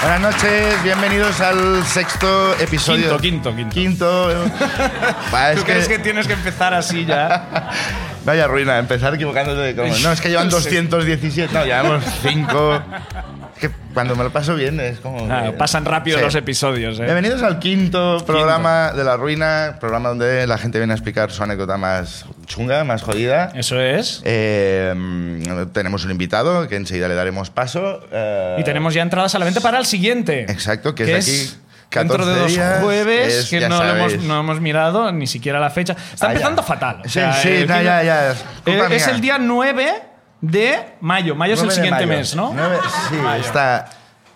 Buenas noches, bienvenidos al sexto episodio. Quinto, quinto, quinto. Quinto. Va, es ¿Tú crees que tienes que empezar así ya? Vaya ruina, empezar equivocándote de cómo. No, es que llevan 217. No, llevamos 5. Es que cuando me lo paso bien es como. Nada, que- pasan rápido Sí. los episodios, ¿eh? Bienvenidos al quinto programa de La Ruina, programa donde la gente viene a explicar su anécdota más chunga, más jodida. Eso es. Eh, mm, tenemos un invitado que enseguida le daremos paso. eh, Y tenemos ya entradas a la venta para el siguiente. Exacto, que es de aquí 14 dentro de dos días, jueves, es- que ya no lo hemos, sabéis. no hemos mirado ni siquiera la fecha. Está Ah, ya. empezando fatal. o Sí, sea, sí, el ya, fin- ya, ya. Es, Eh, culpa es mía. el día 9 de mayo. Mayo es el 9 de siguiente mayo. mes, ¿no? Ah, Nueve- sí, está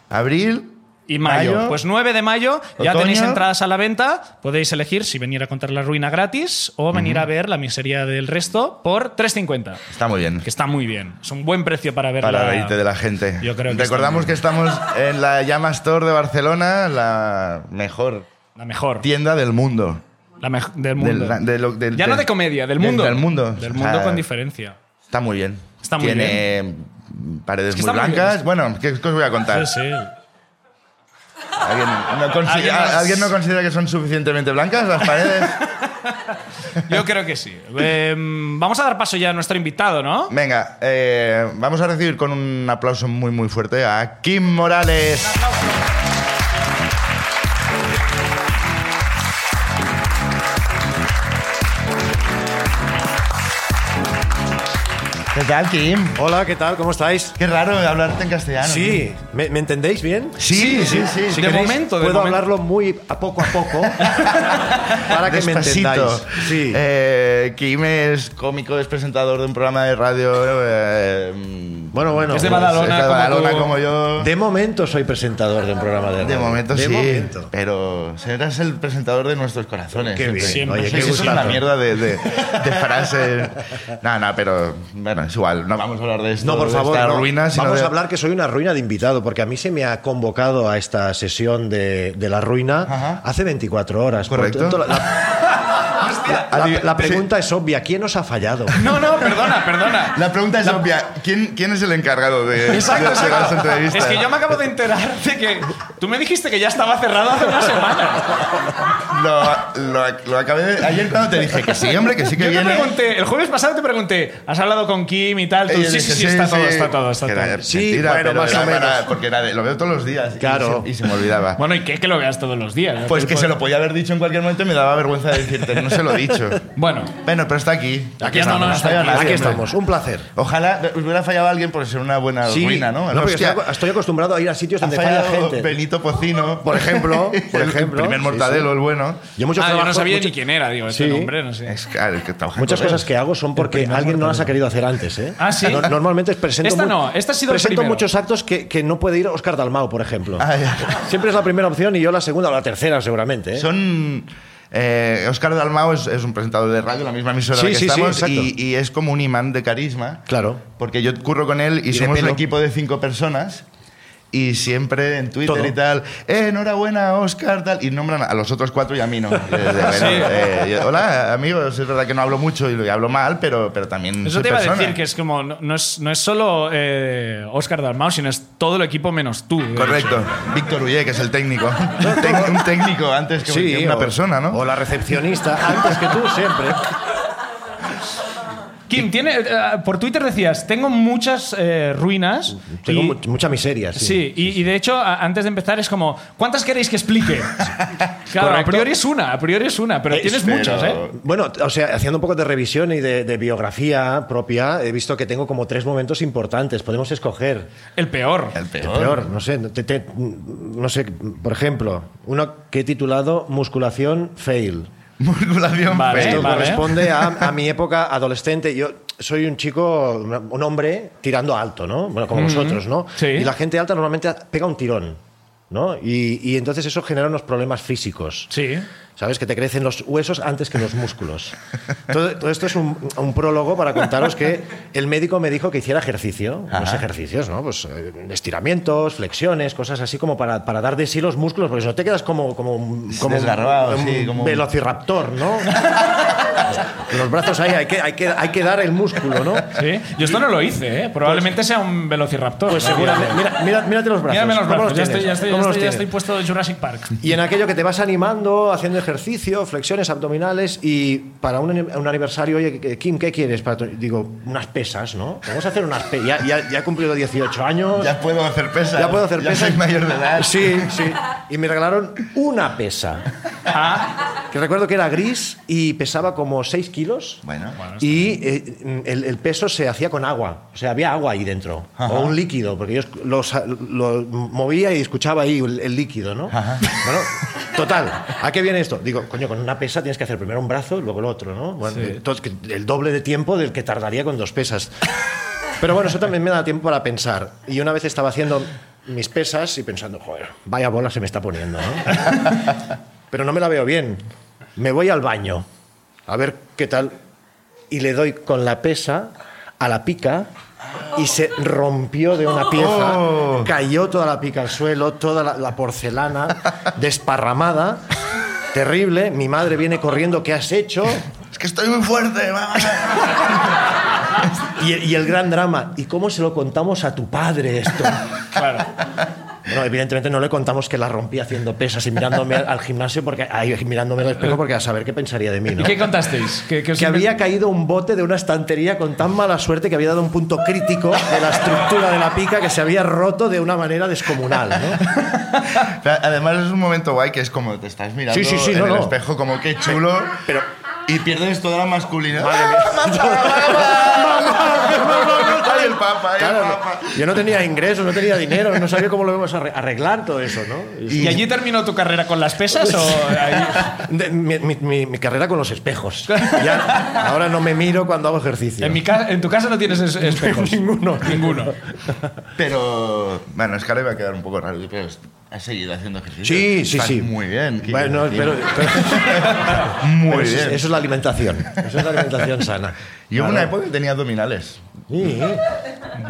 abril. Y mayo. Mayo. Pues 9 de mayo ya Otoño. tenéis entradas a la venta. Podéis elegir si venir a contar la ruina gratis o venir a ver la miseria del resto por 3.50. Está muy bien. Que está muy bien. Es un buen precio para verla. Para reírte de la gente. Yo creo que Recordamos que está estamos en la Llama Store de Barcelona, la mejor La mejor. tienda del mundo. La mejor del mundo. Del- de lo- del- ya no del- de comedia, del del- mundo. del mundo. Del O mundo sea, con diferencia. Está muy bien. Está muy Tiene paredes Es que muy está blancas. muy bien. Pues, bueno, ¿qué, qué os voy a contar? Sí, sí. ¿Alguien, no consi- Alguien a- nos- alguien no considera que son suficientemente blancas las paredes? Yo creo que sí. Eh, vamos a dar paso ya a nuestro invitado, ¿no? Venga, eh, vamos a recibir con un aplauso muy muy fuerte a Kim Morales. ¿Qué tal, Kim? Hola, ¿qué tal? ¿Cómo estáis? Qué raro hablarte en castellano. Sí, ¿me, me entendéis bien? Sí, sí, sí. De momento, de Puedo momento. hablarlo muy a poco a poco para que me Despacito. entendáis. Sí. Eh, Kim es cómico, es presentador de un programa de radio. eh, mm, bueno, bueno. Es de Badalona, es de como Badalona tú. como yo. De momento soy presentador de un programa de radio. De momento De sí, momento. pero serás el presentador de nuestros corazones. Qué bien. siempre. Oye, Sí, qué eso es gustazo. una mierda de, de, de frase. No, no, pero bueno, es igual. No vamos a hablar de esto. No, por de favor. esta no. ruina, sino Vamos de- a hablar que soy una ruina de invitado, porque a mí se me ha convocado a esta sesión de, de la ruina Ajá. hace 24 horas. Por Correcto. tanto, la, la- la- Hostia. la pregunta es obvia. ¿Quién os ha fallado? No, no, perdona, perdona. La pregunta es obvia. ¿Quién, ¿Quién es el encargado de, de Exacto, exacto. llevar esta entrevista? Es que yo me acabo de enterar de que tú me dijiste que ya estaba cerrado hace una semana. lo, lo- lo acabé de- ayer cuando te dije que sí, hombre, que sí que Yo te viene. pregunté, el jueves pasado te pregunté, ¿has hablado con Kim y tal? Tú, Ella sí, sí, dice, sí, está todo, está todo, está Que era todo. Sí, mentira, bueno, pero más era o menos. para- porque era de- lo veo todos los días. y Claro. se- Y se, me olvidaba. Bueno, ¿y qué? Que lo veas todos los días. pues que se lo podía haber dicho en cualquier momento y me daba vergüenza decirte, no se lo he dicho. Bueno, Bueno, pero está aquí. Aquí estamos, ha fallado aquí nadie, hombre. Aquí estamos. Un placer. Ojalá os hubiera fallado alguien por ser una buena ruina, ¿no? porque Hostia, estoy, estoy acostumbrado a ir a sitios ha donde falla fallado gente. Benito Pocino, Por ejemplo, por el- El ejemplo, primer sí, mortadelo, sí. el bueno. Yo muchos ah, yo no trabajos- sabía mucho- ni quién era, digo, este Sí. nombre, no sé. Es, claro, es que trabaja en Muchas correos. cosas que hago son porque alguien no las ha querido hacer antes. ¿eh? Ah, ¿sí? No- normalmente presento, Esta mu- no, esta ha sido el presento primero. muchos actos que, que no puede ir Oscar Dalmau, por ejemplo. Ah, ya. Siempre es la primera opción y yo la segunda o la tercera, seguramente. ¿eh? Son. Eh, Oscar Dalmao es, es un presentador de radio, la misma emisora en la Sí, que sí, sí, estamos, exacto. y, y es como un imán de carisma. Claro. Porque yo curro con él y, de somos un pelo. equipo de cinco personas. Y siempre en Twitter Todo. y tal, "Eh, enhorabuena, Oscar, tal. Y nombran a los otros cuatro y a mí no. Y es de, bueno, eh, yo, Hola, amigos, es verdad que no hablo mucho y lo- y hablo mal, pero, pero también. Eso soy te iba a persona". decir que es como, no, no es, no es solo eh, Oscar Dalmau, sino es todo el equipo menos tú. Eh, de Correcto. Víctor Ullé, que es el técnico. Un tec- un técnico antes que Sí, una o- persona, ¿no? O la recepcionista, antes que tú siempre. hecho. Kim, tiene, eh, por Twitter decías, tengo muchas eh, ruinas. Tengo y- mu- mucha miseria. Sí. Sí, y, y de hecho, a- antes de empezar es como, ¿cuántas queréis que explique? claro, a priori es una, a priori es una, pero Es- tienes pero- muchas, ¿eh? Bueno, o sea, haciendo un poco de revisión y de, de biografía propia, he visto que tengo como tres momentos importantes. Podemos escoger. El peor. El peor. El peor, no sé, te- te- no sé, por ejemplo, uno que he titulado Musculación Fail. Musculación pues, Vale, fail. Esto vale. corresponde a, a mi época adolescente. Yo soy un chico, un hombre tirando alto, ¿no? Bueno, como vosotros, ¿no? Sí. Y la gente alta normalmente pega un tirón, ¿no? Y, y entonces eso genera unos problemas físicos. Sí. ¿Sabes? Que te crecen los huesos antes que los músculos. Todo, todo esto es un, un prólogo para contaros que el médico me dijo que hiciera ejercicio. Los ejercicios, ¿no? Pues eh, estiramientos, flexiones, cosas así como para, para dar de sí los músculos, porque si no te quedas como, como, un- como un- Desgarrado, un sí, como un- velociraptor, ¿no? Los brazos ahí, hay que, hay, que, hay que dar el músculo, ¿no? Sí. Yo esto no lo hice, ¿eh? Probablemente sea un velociraptor. Pues seguramente. Mira, mira- mírate los brazos. Mírame los ¿Cómo brazos. Ya tienes? estoy, ya estoy, ¿Cómo ya los estoy, ya tienes? estoy puesto Jurassic Park. Y en aquello que te vas animando, haciendo ejercicio, flexiones abdominales y para un, ani- un aniversario, oye, que- Kim, ¿qué quieres? Para tu-?" Digo, unas pesas, ¿no? Vamos a hacer unas pesas. Ya, ya, ya he cumplido 18 años. Ya puedo hacer pesas. Ya puedo hacer Ya pesas. soy mayor de edad. Sí, sí. Y me regalaron una pesa. Ah. Que recuerdo que era gris y pesaba como 6 kilos. Bueno, Y eh, el, el peso se hacía con agua, o sea, había agua ahí dentro, o un líquido, porque yo esc- lo, sa- lo movía y escuchaba ahí el, el líquido, ¿no? Bueno, total, ¿a qué viene esto? Digo, coño, con una pesa tienes que hacer primero un brazo y luego el otro, ¿no? Bueno, entonces, que el doble de tiempo del que tardaría con dos pesas. Pero bueno, eso también me da tiempo para pensar. Y una vez estaba haciendo mis pesas y pensando, joder, vaya bola se me está poniendo, ¿no? Pero no me la veo bien. Me voy al baño a ver qué tal. Y le doy con la pesa a la pica y se rompió de una pieza. Cayó toda la pica al suelo, toda la, la porcelana desparramada. Terrible. Mi madre viene corriendo, ¿qué has hecho? es que estoy muy fuerte. mamá. Y, y el gran drama, ¿y cómo se lo contamos a tu padre esto? Claro. Bueno, evidentemente no le contamos que la rompí haciendo pesas y mirándome al gimnasio, porque ahí mirándome al espejo, porque a saber qué pensaría de mí, ¿Y ¿no? qué contasteis? ¿Qué, qué os Que invent- había caído un bote de una estantería con tan mala suerte que había dado un punto crítico de la estructura de la pica que se había roto de una manera descomunal, ¿no? Pero Además es un momento guay que es como te estás mirando Sí, sí, sí, en no, el no. espejo como qué chulo Pero y pierdes toda la masculinidad. ¡Ah, mamá, mamá! ¡Ay, el papa, ay, el claro, papa! yo no tenía ingresos, no tenía dinero, no sabía cómo lo íbamos a arre- arreglar todo eso, ¿no? ¿Y allí terminó tu carrera con las pesas o ahí- De- mi, mi- mi- mi carrera con los espejos. Ya- ahora no me miro cuando hago ejercicio. En, mi ca- en tu casa no tienes es- espejos. Ninguno. Ninguno. Pero bueno, es que ahora iba a quedar un poco raro, pero has seguido haciendo ejercicio. Sí, sí, Estás sí. Muy bien. Kiko. Bueno, pero- pero muy Pero eso, es- bien. eso es la alimentación. Eso es la alimentación sana. Yo en una Claro. época que tenía abdominales. Sí,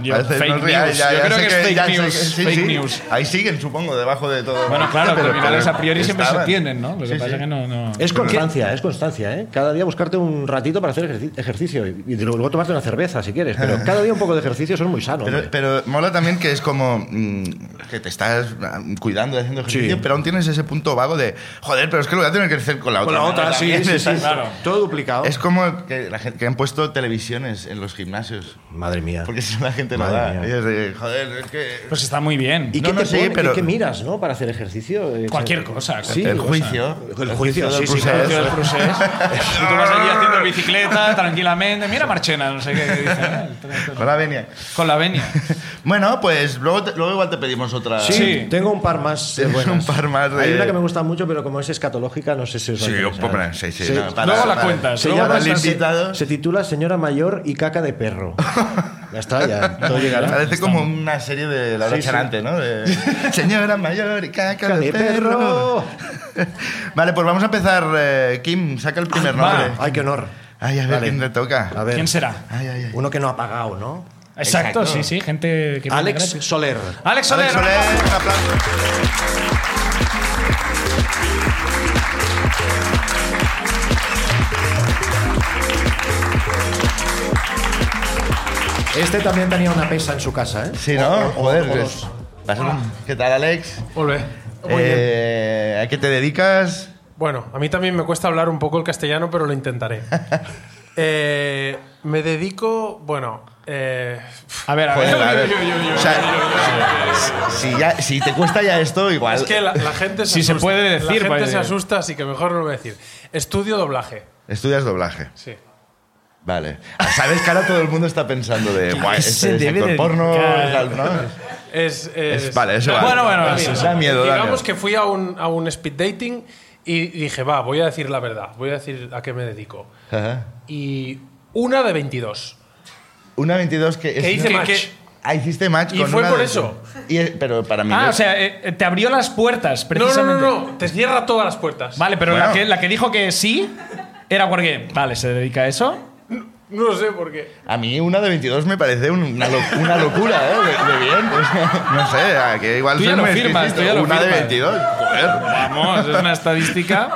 Yo, Parece- fake no os news. reáis, ya- Yo ya creo sé que es ya fake sé news. que- sí, fake sí. news. Ahí siguen, supongo, debajo de todo. Bueno, claro, Pero- abdominales pero a priori siempre se estaban. tienen, ¿no? Lo que Sí, pasa sí. es que no. no- Es constancia, es constancia, ¿eh? Cada día buscarte un ratito para hacer ejerci- ejercicio y y luego tomarte una cerveza si quieres, pero cada día un poco de ejercicio eso es muy sano. Pero, hombre. pero mola también que es como mm, que te estás ah, cuidando y haciendo ejercicio, Sí. pero aún tienes ese punto vago de, joder, pero es que lo voy a tener que hacer con la otra. Con la mano otra, sí, también". sí, sí, claro. Todo duplicado. Es como que, la gente, que han puesto televisiones en los gimnasios, Madre mía. porque si no la gente Madre lo da. mía. Y es de, joder, es que... Pues está muy bien. ¿Y No, qué no, te sí, pone- pero- y qué miras, no? Para hacer ejercicio. Eh, Cualquier o sea, cosa. Sí. el o sea, juicio. El juicio, sí, sí, del claro, Prusés. El Prusés. eso Y tú vas allí haciendo bicicleta tranquilamente. Mira Marchena, no sé qué, qué dice. ¿eh? Hola, Benia. Con la venia. Bueno, pues luego, te- luego igual te pedimos otra... Sí, Sí. tengo un par más. eh, Tienes buenas. un par más de- Hay una que me gusta mucho, pero como es escatológica, no sé si os va a Sí, interesar. hombre, sí, sí, Se- no, para- Luego la para- cuentas. Se luego llama el cuentas- invitado. Se titula Señora Mayor y caca de perro. Ya está, ya. Todo llegará. Parece como una serie de Laura Sí, sí. Charante, ¿no? De, Señora mayor y caca de perro. Vale, pues vamos a empezar. eh, Kim, saca el primer va. nombre. Ay, qué honor. Ay, a ver Ah, Vale. quién le toca. A ver. ¿Quién será? Ay, ay, ay. Uno que no ha pagado, ¿no? Exacto, Exacto. sí, Ah. sí. Gente que viene Alex gratis. Soler. Alex Soler. Alex Soler, un aplauso. Este también tenía una pesa en su casa, ¿eh? Sí, ¿no? O- o- Joder, o es- dos. vas a- ¿Qué tal, Alex? Volve. Eh, ¿A qué te dedicas? Bueno, a mí también me cuesta hablar un poco el castellano, pero lo intentaré. Eh, me dedico, bueno, eh, A ver, a ver. Joder, a ver. O sea, si, ya, si te cuesta ya esto, igual. es que la, la gente se Si se asusta. puede decir, la gente parece. se asusta, así que mejor no lo voy a decir. Estudio doblaje, Estudias doblaje. sí. Vale. Sabes que ahora todo el mundo está pensando de. "Buah, se Este es debe actor de porno. dedicar?" tal, ¿no? Es, Es- vale, eso da- vale. Bueno, bueno, sí, da miedo, da Digamos miedo. que fui a un, a un speed dating y dije, va, voy a decir la verdad, voy a decir a qué me dedico. Ajá. Y una de 22. Una 22 que. es- Que hice que- match. que- Ah, hiciste match Y con fue una por de- eso. Y es- pero para mí. Ah, yo- o sea, eh, eh, te abrió las puertas, No, precisamente. no, no, no, te cierra todas las puertas. Vale, pero la, Bueno. que, la que dijo que sí era porque. Vale, se dedica a eso. No lo sé por qué. A mí una de 22 me parece un- una, lo- una locura, ¿eh? De, de bien. O sea, no sé, a que igual Tú ya soy lo muy firmas, tú exquisito. ya lo Una de firmas. 22, joder. Vamos, es una estadística.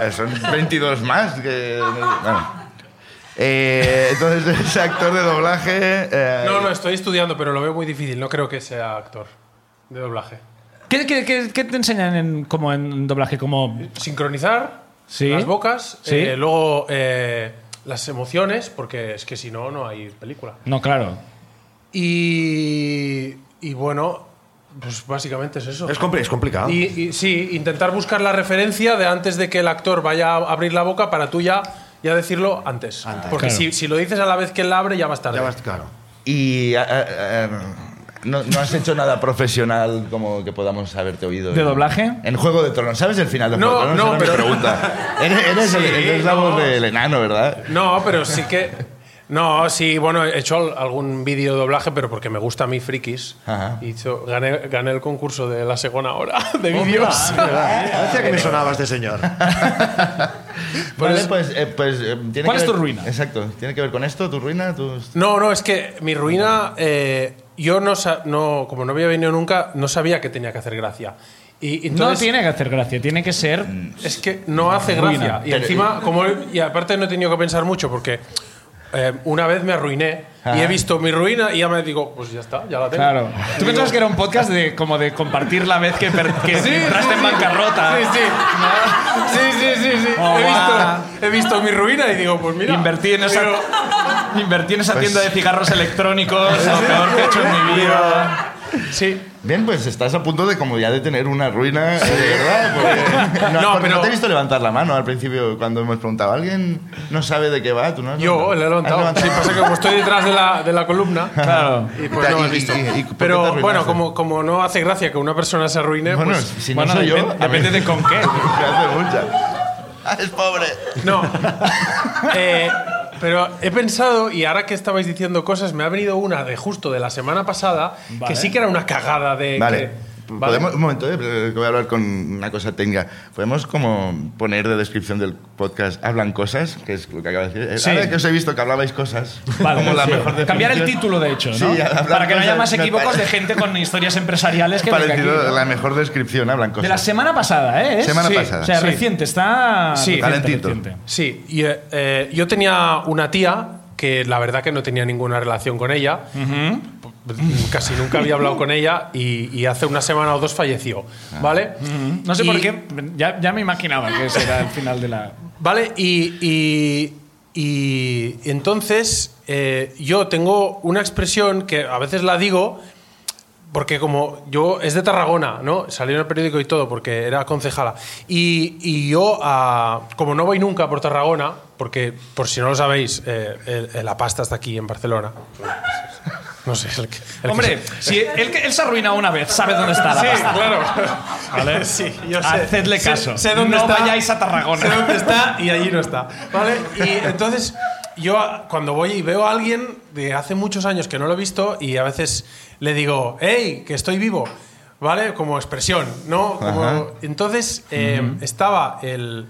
Ya Son 22 más. que- bueno. Eh, entonces es actor de doblaje. eh, No, no, estoy estudiando, pero lo veo muy difícil. No creo que sea actor de doblaje. ¿Qué, qué- qué- qué te enseñan en, como en doblaje? Como, Sincronizar Sí. las bocas, Sí. eh, luego eh, las emociones, porque es que si no, no hay película. no, claro. Y, y bueno, pues básicamente es eso. Es, compli- es complicado. Y, y sí, intentar buscar la referencia de antes de que el actor vaya a abrir la boca para tú ya, ya decirlo antes. Porque Claro. si, si lo dices a la vez que él la abre, ya vas tarde. Ya vas- claro. Y ah, ah, ah, no, no has hecho nada profesional como que podamos haberte oído. ¿De en- doblaje? En Juego de Tronos. ¿Sabes el final de No, Juego de Tronos? Era no, mi pero- pregunta. Eres, eres el- Sí, eres la no. voz del enano, ¿verdad? No, pero sí que. No, sí, bueno, he hecho al- algún vídeo doblaje, pero porque me gusta a mí frikis. Ajá. Y hecho- gané, gané el concurso de la segunda hora de vídeos. Ah. Ah, Parecía que me sonaba este señor. Vale, es- pues, eh, pues, eh, tiene ¿Cuál que es ver- tu ruina? Exacto. ¿Tiene que ver con esto? ¿Tu ruina? ¿Tus- No, no, es que mi ruina, eh, yo no, sa- no, como no había venido nunca, no sabía que tenía que hacer gracia. Y, No entonces, Mm. tiene que hacer gracia, tiene que ser. Es que no hace Ruina. gracia. Y Pero- encima, como, y aparte no he tenido que pensar mucho porque eh, una vez me arruiné y he visto mi ruina y ya me digo, pues ya está, ya la tengo. Claro. ¿Tú pensabas que era un podcast de como de compartir la vez que, per- que entraste en bancarrota? Sí, sí. Sí, sí, sí. sí. Oh, he, va. visto, he visto mi ruina y digo, pues mira. Invertí en esa, Pero- invertí en esa Pues- tienda de cigarros electrónicos, lo peor que he hecho en mi vida. sí. Bien, pues estás a punto de como ya de tener una ruina eh, de verdad. Porque, no, No, porque no pero- te he visto levantar la mano al principio cuando hemos preguntado. ¿Alguien no sabe de qué va? ¿Tú no has Yo le he levantado. ¿Has Sí, pasa que como estoy detrás de la, de la columna. Claro. Y pues no Y- me has visto. y- y- ¿por qué te Pero arruinaste? bueno, como, como no hace gracia que una persona se arruine, Bueno, pues. si no Eh, bueno, soy yo. depende- a mí- depende de con qué. Me hace mucha. Ah, Es pobre. No. Eh, pero he pensado, y ahora que estabais diciendo cosas, me ha venido una de justo de la semana pasada, Vale. que sí que era una cagada de. Vale. que- ¿Podemos, un momento, eh, que voy a hablar con una cosa técnica. ¿Podemos como poner de descripción del podcast hablan cosas? Que es lo que acabas de decir. Eh, Sí. Ahora que os he visto que hablabais cosas. Vale, como la sí. mejor Cambiar el definición. título, de hecho, ¿no? Sí, hablar Para que no cosas haya más me equívocos pare- de gente con historias empresariales que venga Parecido, aquí, ¿no? la mejor descripción hablan cosas. De la semana pasada, ¿eh? Es- Semana sí. pasada. O sea, Sí. reciente, está. Sí. reciente, Calentito. reciente. Sí, y, eh, eh, yo tenía una tía que la verdad que no tenía ninguna relación con ella. Casi nunca había hablado con ella y, y hace una semana o dos falleció. ¿Vale? Ah. No sé Y- por qué, ya, ya me imaginaba que ese era el final de la. Vale, y, y- y entonces eh, yo tengo una expresión que a veces la digo porque como yo es de Tarragona, ¿no? Salió en el periódico y todo porque era concejala. Y, y yo, ah, como no voy nunca por Tarragona, porque por si no lo sabéis, eh, el- el la pasta está aquí en Barcelona. No sé, el que- el que Hombre, si él, él se ha arruinado una vez, sabe dónde está la Sí, pasta. claro. Vale. Sí, yo sé. Hacedle Sé- caso. Sé, dónde no está. vayáis a Sé Tarragona. dónde está y allí no está. ¿Vale? Y entonces, yo a- cuando voy y veo a alguien de hace muchos años que no lo he visto y a veces le digo, hey, que estoy vivo. ¿Vale? Como expresión, ¿no? Como- Ajá. entonces, eh, estaba el.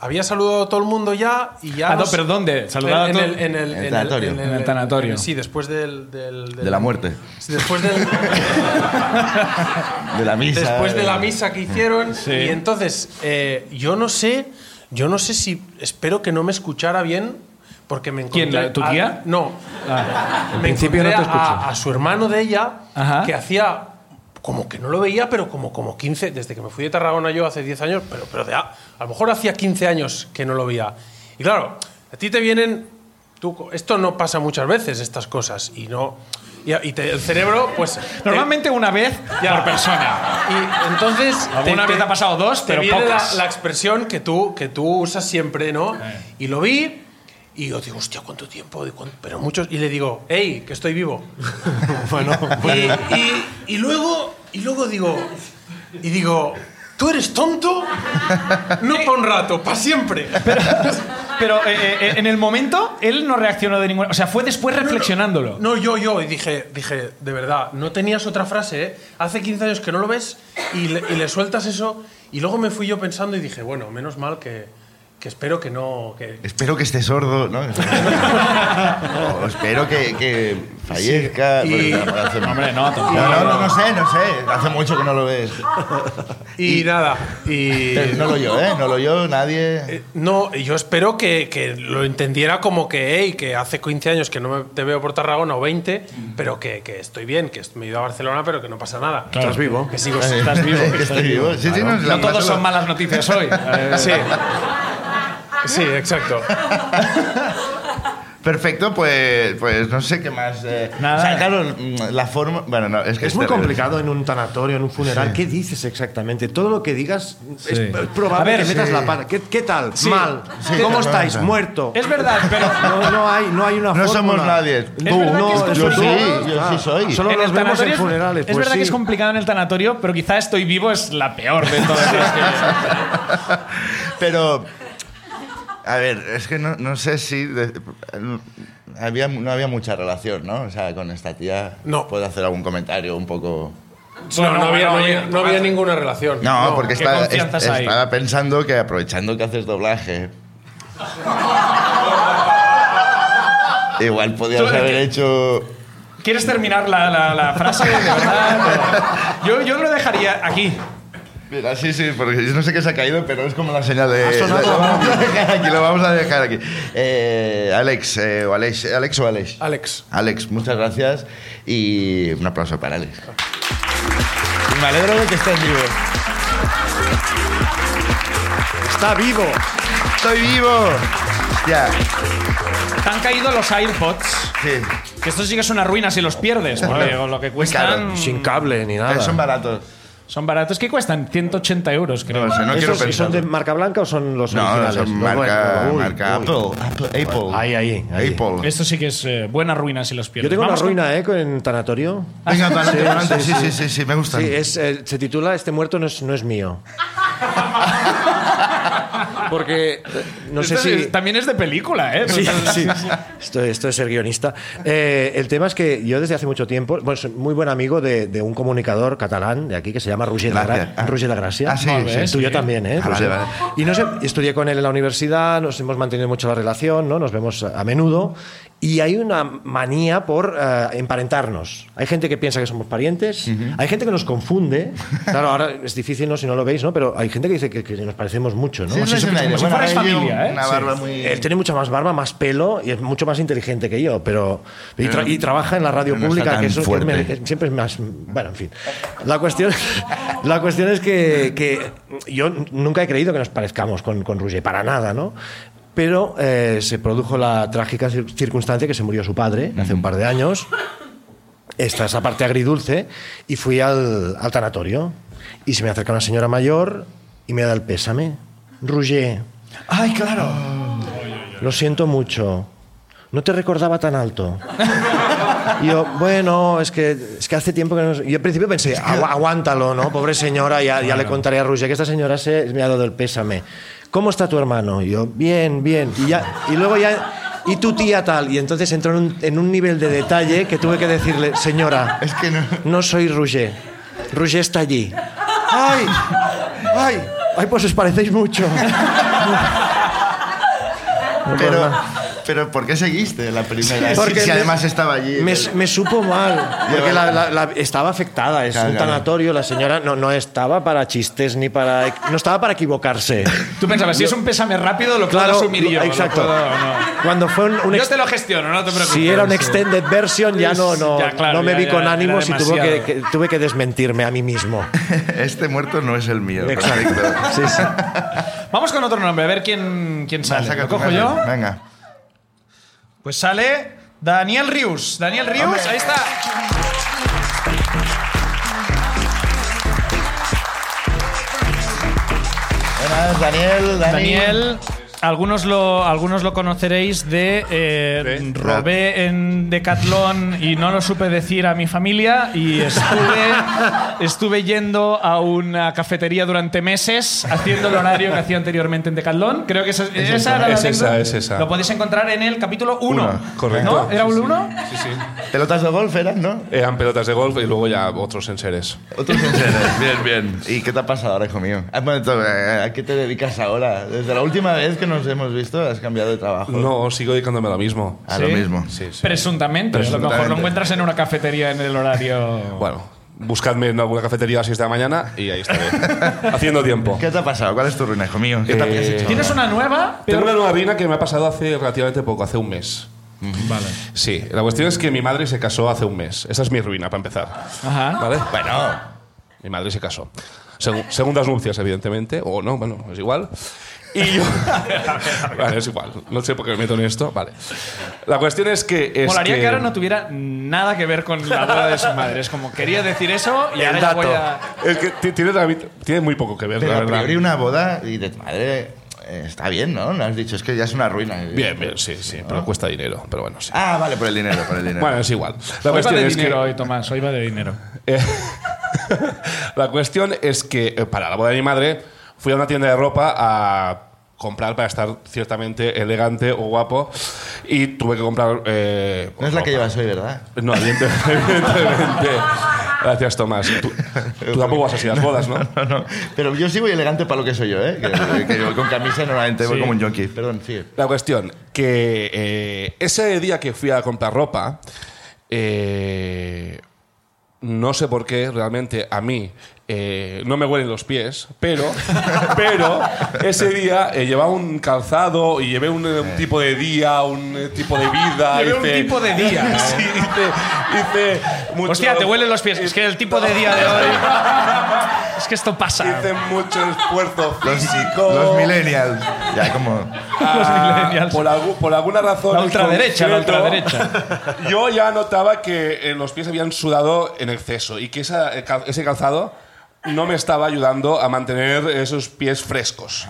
Había saludado a todo el mundo ya y ya. Ah, no, nos- pero ¿dónde? Saludado a en, todo- en el, en el, En el tanatorio. En el tanatorio. Sí, después del. del- del- De la muerte. Sí, Después del. De la misa. eh, después de la misa que hicieron Sí. y entonces eh, yo no sé yo no sé si espero que no me escuchara bien porque me encontré ¿Quién, la- tu a- tía? Ah. no me principio encontré no te a, escucho. a su hermano de ella Ajá. que hacía como que no lo veía pero como como 15 desde que me fui de Tarragona yo hace 10 años pero pero de a, a lo mejor hacía 15 años que no lo veía y claro a ti te vienen tú co- esto no pasa muchas veces estas cosas y no y, a- y te- el cerebro pues te- Normalmente una vez Ya. por persona. y entonces. Alguna vez ha pasado dos, te pero viene la, pocas. Eh. la expresión que tú, que tú usas siempre, ¿no? Y lo vi. Y yo digo, hostia, ¿cuánto tiempo? ¿De cuán- Pero muchos. Y le digo, hey, que estoy vivo. Bueno, Y, y- y luego, y luego digo, y digo, ¿tú eres tonto? No para un rato, para siempre. Pero eh, eh, en el momento él no reaccionó de ninguna. O sea, fue después reflexionándolo. No, yo, yo, y dije, dije, de verdad, no tenías otra frase, ¿eh? Hace 15 años que no lo ves y le, y le sueltas eso. Y luego me fui yo pensando y dije, bueno, menos mal que, que espero que no. que- Espero que esté sordo, ¿no? O espero que, que fallezca. Sí, Bueno, y- ya, bueno, hace- Hombre, no, no, tampoco. no, no, no sé, no sé. Hace mucho que no lo ves. y, nada. Y, Pero no lo yo, ¿eh? No lo yo, nadie. Eh, No, yo espero que, que lo entendiera como que, hey, que hace 15 años que no me, te veo por Tarragona o 20, Mm. pero que, que estoy bien, que me he ido a Barcelona, pero que no pasa nada. Estás vivo. Que sigo Estás vivo. Que estoy vivo. Sí, sí, no, la- No todos son malas noticias hoy. Eh, Sí. Sí, exacto. Perfecto, pues, pues no sé qué más. eh. Nada. O sea, claro, mm, la forma. Bueno, no, es que Es muy terrible. complicado en un tanatorio, en un funeral. ¿Qué dices exactamente? Todo lo que digas es Sí. es A probable ver, que metas sí. la pata. ¿Qué, qué tal? Sí. Mal. Sí, ¿Cómo no, estáis? no, no. Muerto. Es verdad, pero No, no hay, no hay una No somos fórmula. Ah, nadie. Tú, verdad que esto no, es yo un sí, regalo. yo sí soy. Solo en nos el vemos tanatorio en es- funerales. Es, pues verdad sí. que es complicado en el tanatorio, pero quizá estoy vivo es la peor de todas las que... Pero. A ver, es que no, no sé si. de- había, no había mucha relación, ¿no? O sea, con esta tía. No. ¿Puedo hacer algún comentario un poco.? No, no, había, no bueno, había- oye, no había ninguna relación. No, porque ¿qué estaba, confianzas es- hay? estaba pensando que aprovechando que haces doblaje. Igual podías Tú- haber hecho. ¿Quieres terminar la, la- la frase? de verdad? Yo, yo lo dejaría aquí. Mira, sí, sí, porque yo no sé qué se ha caído, pero es como la señal de. Ha sonado, lo vamos a dejar aquí, lo vamos a dejar aquí. Eh, Alex, eh, o Alex, Alex o Alex. Alex. Alex, muchas gracias y un aplauso para Alex. Me alegro de que estés vivo. Está vivo. ¡Estoy vivo! Ya, Han caído los AirPods. sí. Que esto sí que es una ruina si los pierdes, porque con lo que cuestan. caro. Sin cable ni nada. Eh, Son baratos. Son baratos. ¿Qué cuestan? 180 euros, creo. No sé, no ¿Esos quiero pensar. ¿Son de marca blanca o son los no, no, originales? son Los marca, buenos. Uy, marca uy. Apple. Apple. Apple. Ahí, ahí, ahí. Apple. Esto sí que es eh, buena ruina si los pierdes. Yo tengo una Vamos con- ruina, ¿eh? con- En tanatorio. Venga, para adelante, Sí, para adelante. sí, Sí, sí, sí, sí, me gustan. Sí, es, eh, se titula Este muerto no es, no es mío. Porque eh, no sé Esto si. es- También es de película, ¿eh? Sí, sí. Esto, esto es ser guionista. Eh, el tema es que yo desde hace mucho tiempo, bueno, soy muy buen amigo de, de un comunicador catalán de aquí que se llama Roger Gracias. Lagra- Roger Lagracia. Ah, sí, Molt bé, sí. sí. Tú y yo también, ¿eh? Ah, vale, Roger? vale. Y no sé, estudié con él en la universidad, nos hemos mantenido mucho la relación, ¿no? Nos vemos a a menudo. Y hay una manía por eh, emparentarnos. Hay gente que piensa que somos parientes, hay gente que nos confunde. Claro, ahora es difícil, ¿no? Si no lo veis, ¿no? Pero hay gente que dice que, que nos parecemos mucho, ¿no? Sí, O sea, es un aire. como si Bueno, fueras ahí llevo familia, ¿eh? Una Sí. barba muy. él tiene mucha más barba, más pelo y es mucho más inteligente que yo, pero y, tra- y trabaja en la radio Pero no pública, está que tan eso que fuerte. me- que siempre es más. Bueno, en fin. La cuestión, la cuestión es que, que yo nunca he creído que nos parezcamos con, con Roger, para nada, ¿no? Pero eh, se produjo la trágica cir- circunstancia que se murió su padre hace un par de años. Esta es la parte agridulce y fui al, al tanatorio y se me acerca una señora mayor y me da el pésame. Roger, Ay, claro. lo siento mucho. No te recordaba tan alto. Y yo, bueno, es que, es que hace tiempo que no... Yo al principio pensé, "Agua- aguántalo, ¿no? Pobre señora, ya, ya le contaré a Rusia que esta señora se me ha dado el pésame. ¿Cómo está tu hermano? Y yo, bien, bien. Y, ya, y luego ya... Y tu tía tal. Y entonces entró en un, en un nivel de detalle que tuve que decirle, señora, Es que no. no soy Roger. Roger está allí. ¡Ay! ¡Ay! ¡Ay, pues os parecéis mucho! Pero, pero ¿por qué seguiste la primera? Porque Porque si me- además estaba allí. Me, me supo mal, porque la- la- la- estaba afectada, es Claro, un claro. tanatorio, la señora no, no estaba para chistes ni para... No estaba para equivocarse. Tú pensabas, si es un pésame rápido, lo puedo Claro, asumir yo. lo exacto. puedo- no. Cuando fue un... un Yo ex- te lo gestiono, no te preocupes. si era un Sí. extended version, ya no, no, Ya, claro, no me ya, vi ya, con era ánimos y tuvo que, demasiado. que- tuve que desmentirme a mí mismo. Este muerto no es el mío. Exacto. Perfecto. Sí, sí. Vamos con otro nombre, a ver quién, quién Va, sale. saca ¿Lo tu cojo nombre. yo? Venga. Pues sale Daniel Rius. Daniel Rius, Hombre. ahí está. Buenas, Daniel. Dani. Daniel. Algunos lo, algunos lo conoceréis de eh, Sí. robé en Decathlon y no lo supe decir a mi familia y estuve, estuve yendo a una cafetería durante meses haciendo el horario que hacía anteriormente en Decathlon. Creo que esa, esa era la Es esa, anécdota. es esa. Lo podéis encontrar en el capítulo 1. Uno, correcto. ¿No? ¿Era Sí, un sí. 1? Sí, sí. Pelotas de golf eran, ¿no? Eran pelotas de golf y luego ya otros enseres. Otros enseres. bien, bien. ¿Y qué te ha pasado ahora, hijo mío? Ah, bueno, to- eh, ¿A qué te dedicas ahora? Desde la última vez que nos hemos visto? ¿Has cambiado de trabajo? No, sigo dedicándome a lo mismo. A ¿Sí? lo mismo. Sí, sí. Presuntamente. A lo mejor lo Presuntamente. encuentras en una cafetería en el horario. Bueno, buscadme en alguna cafetería a las 6 de la mañana y ahí estaré. Haciendo tiempo. ¿Qué te ha pasado? ¿Cuál es tu ruina, hijo mío? ¿Qué te Eh, has hecho? ¿Tienes una nueva? Tengo Pero- una nueva ruina que me ha pasado hace relativamente poco, hace un mes. Vale. Sí, la cuestión es que mi madre se casó hace un mes. Esa es mi ruina, para empezar. Ajá. ¿Vale? Bueno, mi madre se casó. Segu- segundas nupcias, evidentemente. O no, bueno, es igual. Y yo... vale, es igual. No sé por qué me meto en esto. Vale. La cuestión es que... es Molaría que... que ahora no tuviera nada que ver con la boda de su madre. Es como, quería decir eso y ahora El ya dato. voy a... Es que ti- tiene, realmente- tiene muy poco que ver, Pero la a verdad. priori una boda y de tu madre eh, está bien, ¿no? No has dicho, es que ya es una ruina. Bien, bien, sí, sí. Pero cuesta dinero, pero bueno, sí. Ah, vale, por el dinero, por el dinero. Bueno, es igual. La Hoy va cuestión de es que... dinero hoy, Tomás. Hoy va de dinero. Eh, la cuestión es que eh, para la boda de mi madre fui a una tienda de ropa a comprar para estar ciertamente elegante o guapo y tuve que comprar... eh, no es la que ropa. llevas hoy, ¿verdad? No, evidente- evidentemente. Gracias, Tomás. Tú, tú tampoco vas así a las bodas, ¿no? No, no. Pero yo sí voy elegante para lo que soy yo, ¿eh? Que, que yo con camisa normalmente voy como un junkie. Perdón, sí. La cuestión, que eh, ese día que fui a comprar ropa, eh, no sé por qué realmente a mí eh, no me huelen los pies, pero, pero ese día eh, llevaba un calzado y llevé un, eh, un tipo de día, un eh, tipo de vida. Llevé un tipo de día, ¿eh? Sí, hice, hice mucho- Hostia, te huelen los pies. Es que el tipo de día de hoy... es que esto pasa. Hice mucho esfuerzo Los, físico. los millennials. Ya como... Ah, millennials. por, algu- por alguna razón. La en ultraderecha, la ultraderecha. Yo ya notaba que eh, los pies habían sudado en exceso y que esa- eh, cal- ese calzado no me estaba ayudando a mantener esos pies frescos.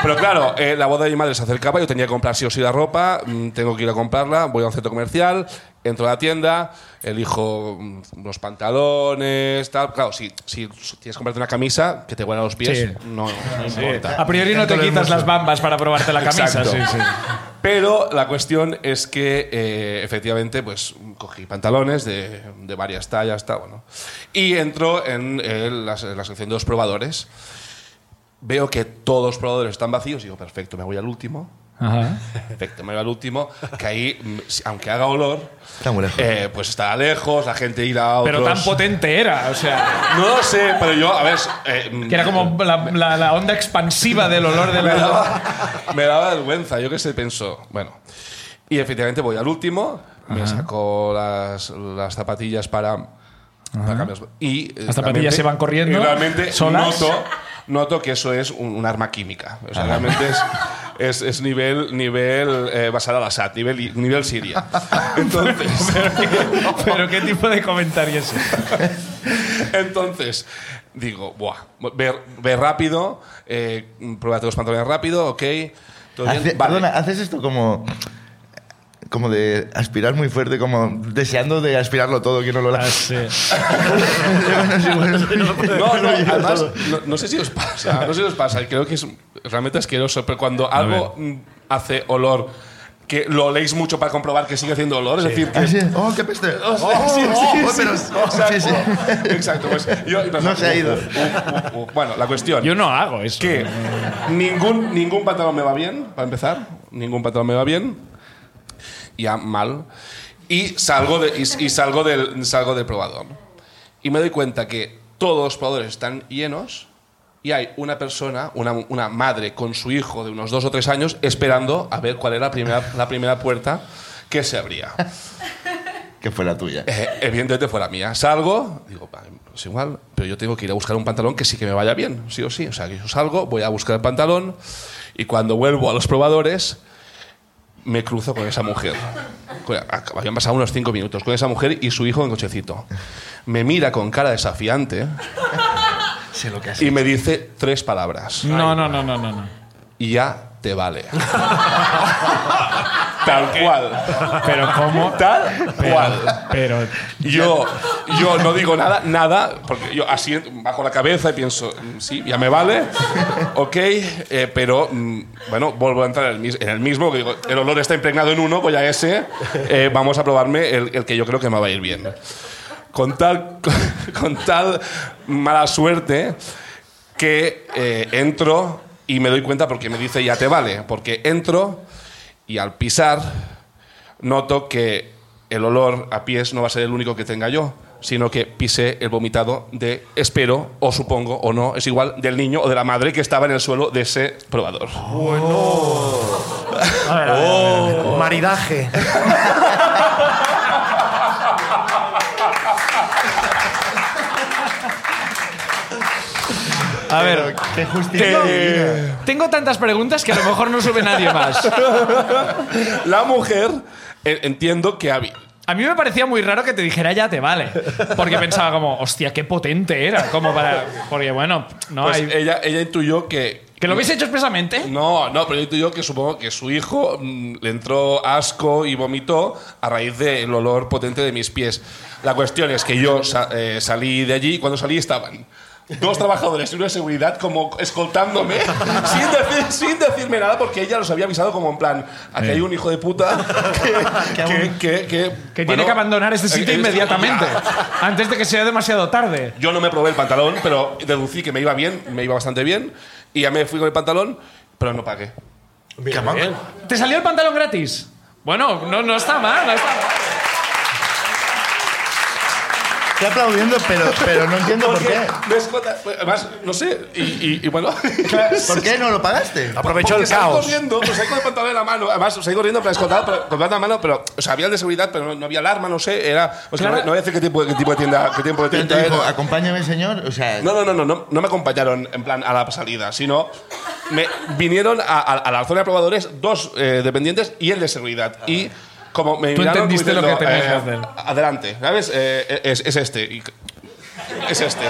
Pero claro, eh, la boda de mi madre se acercaba, yo tenía que comprar sí o sí la ropa, mm, tengo que ir a comprarla, voy a un centro comercial, entro a la tienda, elijo mm, unos pantalones, tal. Claro, si, si tienes que comprarte una camisa que te huela los pies, Sí. no, no importa. A priori no te Tanto lo quitas hermoso. las bambas para probarte la camisa. Exacto. Sí, sí. Pero la cuestión es que eh, efectivamente pues cogí pantalones de, de varias tallas, tal, bueno. Y entro en, eh, la, se- la sección de los probadores. Veo que todos los probadores están vacíos. Digo, perfecto, me voy al último. Ajá. Perfecto, me voy al último. Que ahí, mm, si- aunque haga olor, Está muy lejos. eh, pues estará lejos, la gente irá a otros... Pero tan potente era. O sea, No lo sé, pero yo, a ver... eh, mm, que era como la, la- la onda expansiva del olor de me, la... daba, me daba vergüenza, yo qué sé, pensó. Bueno, y efectivamente voy al último, me saco las, las zapatillas para, para cambiar- Y, eh, Las zapatillas realmente- se van corriendo, Y realmente solas. noto, noto que eso es un, un arma química. O sea, realmente es, es, es nivel, nivel eh, basada al Assad, nivel, nivel Siria. Entonces. Pero qué tipo de comentario es ese? Entonces, digo, buah, ve, ve rápido, eh, pruébate los pantalones rápido, ok. todo bien, Hace- vale. Perdona, ¿haces esto como... Como de aspirar muy fuerte, como deseando de aspirarlo todo, que no lo Ah, hagas. sí. No, no, además, no, no sé si os pasa, no sé si os pasa, creo que es realmente asqueroso, pero cuando algo mm, hace olor, que lo oléis mucho para comprobar que sigue haciendo olor, es decir, que... Ah, sí. ¡Oh, qué peste! Oh, sí, sí, sí, sí, pero- oh, sí, exacto, sí, sí. exacto, pues, yo- No se ha ido. Uh, uh, uh, Bueno, la cuestión... Yo no hago eso. que ningún, ningún pantalón me va bien, para empezar. Ningún pantalón me va bien. Ya mal. Y salgo, de, y, y salgo, del, salgo del probador. Y me doy cuenta que todos los probadores están llenos y hay una persona, una, una madre con su hijo de unos dos o tres años, esperando a ver cuál era la primera, la primera puerta que se abría. Que fue la tuya. Eh, evidentemente fue la mía. Salgo, digo, "Vale, es igual, pero yo tengo que ir a buscar un pantalón que sí que me vaya bien, sí o sí. O sea, que yo salgo, voy a buscar el pantalón y cuando vuelvo a los probadores me cruzo con esa mujer. Con- ac- Habían pasado unos cinco minutos con esa mujer y su hijo en cochecito. Me mira con cara desafiante Sé lo que has y me dice tres palabras. No, no, no, no, no. no. Y ya te vale. Tal cual. Pero cómo... Tal cual. Pero... Yo, yo no digo nada, nada, porque yo así bajo la cabeza y pienso, mm, sí, ya me vale, ok, eh, pero mm, bueno, vuelvo a entrar en el, mis- en el mismo, que digo, el olor está impregnado en uno, voy a ese, eh, vamos a probarme el, el que yo creo que me va a ir bien. Con tal, con tal mala suerte que eh, entro Y me doy cuenta porque me dice, ya te vale. Porque entro y al pisar noto que el olor a pies no va a ser el único que tenga yo, sino que pise el vomitado de, espero, o supongo, o no, es igual, del niño o de la madre que estaba en el suelo de ese probador. Oh. Maridaje. A ver, Qué justicia. divina. tengo tantas preguntas que a lo mejor no sube nadie más. La mujer, eh, entiendo que había... A mí me parecía muy raro que te dijera ya te vale. Porque pensaba como, hostia, qué potente era. Como para. Porque bueno, no pues hay. ella, ella intuyó que... ¿Que lo hubiese hecho expresamente? No, no, pero yo intuyó que supongo que su hijo mm, le entró asco y vomitó a raíz del olor potente de mis pies. La cuestión es que yo sa- eh, salí de allí y cuando salí estaban dos trabajadores y una de seguridad como escoltándome sin, decir- sin decirme nada porque ella los había avisado como en plan, aquí hay un hijo de puta que, que, que, Eh. Que bueno, tiene que abandonar este sitio eh, eh, inmediatamente. antes de que sea demasiado tarde. yo no me probé el pantalón, pero deducí que me iba bien, me iba bastante bien y ya me fui con el pantalón, pero no pagué. Mira, bien. ¿Te salió el pantalón gratis? Bueno, no, no está mal, no está mal. Estoy aplaudiendo, pero, pero no entiendo por qué. No es cuota- además, pues, no sé, y, y- y bueno. ¿Por qué no lo pagaste? Aprovechó Porque el salí caos. corriendo, pues salí con el pantalón en la mano. Además, salí corriendo para escoltar, pero, con el pantalón en la mano, pero, o sea, había el de seguridad, pero no, no había alarma, no sé, era. O sea, Claro. no, no voy a decir qué tipo, qué tipo de tienda, qué tipo Pero de tienda te dijo, era. acompáñame, señor. O sea, No, no, no, no, no, no me acompañaron en plan a la salida, sino me vinieron a, a- a la zona de probadores dos eh, dependientes y el de seguridad. Y como me Tú miraron como eh, entendiste lo que tenías que hacer. Adelante, ¿sabes? Eh, es, es este. y- es este.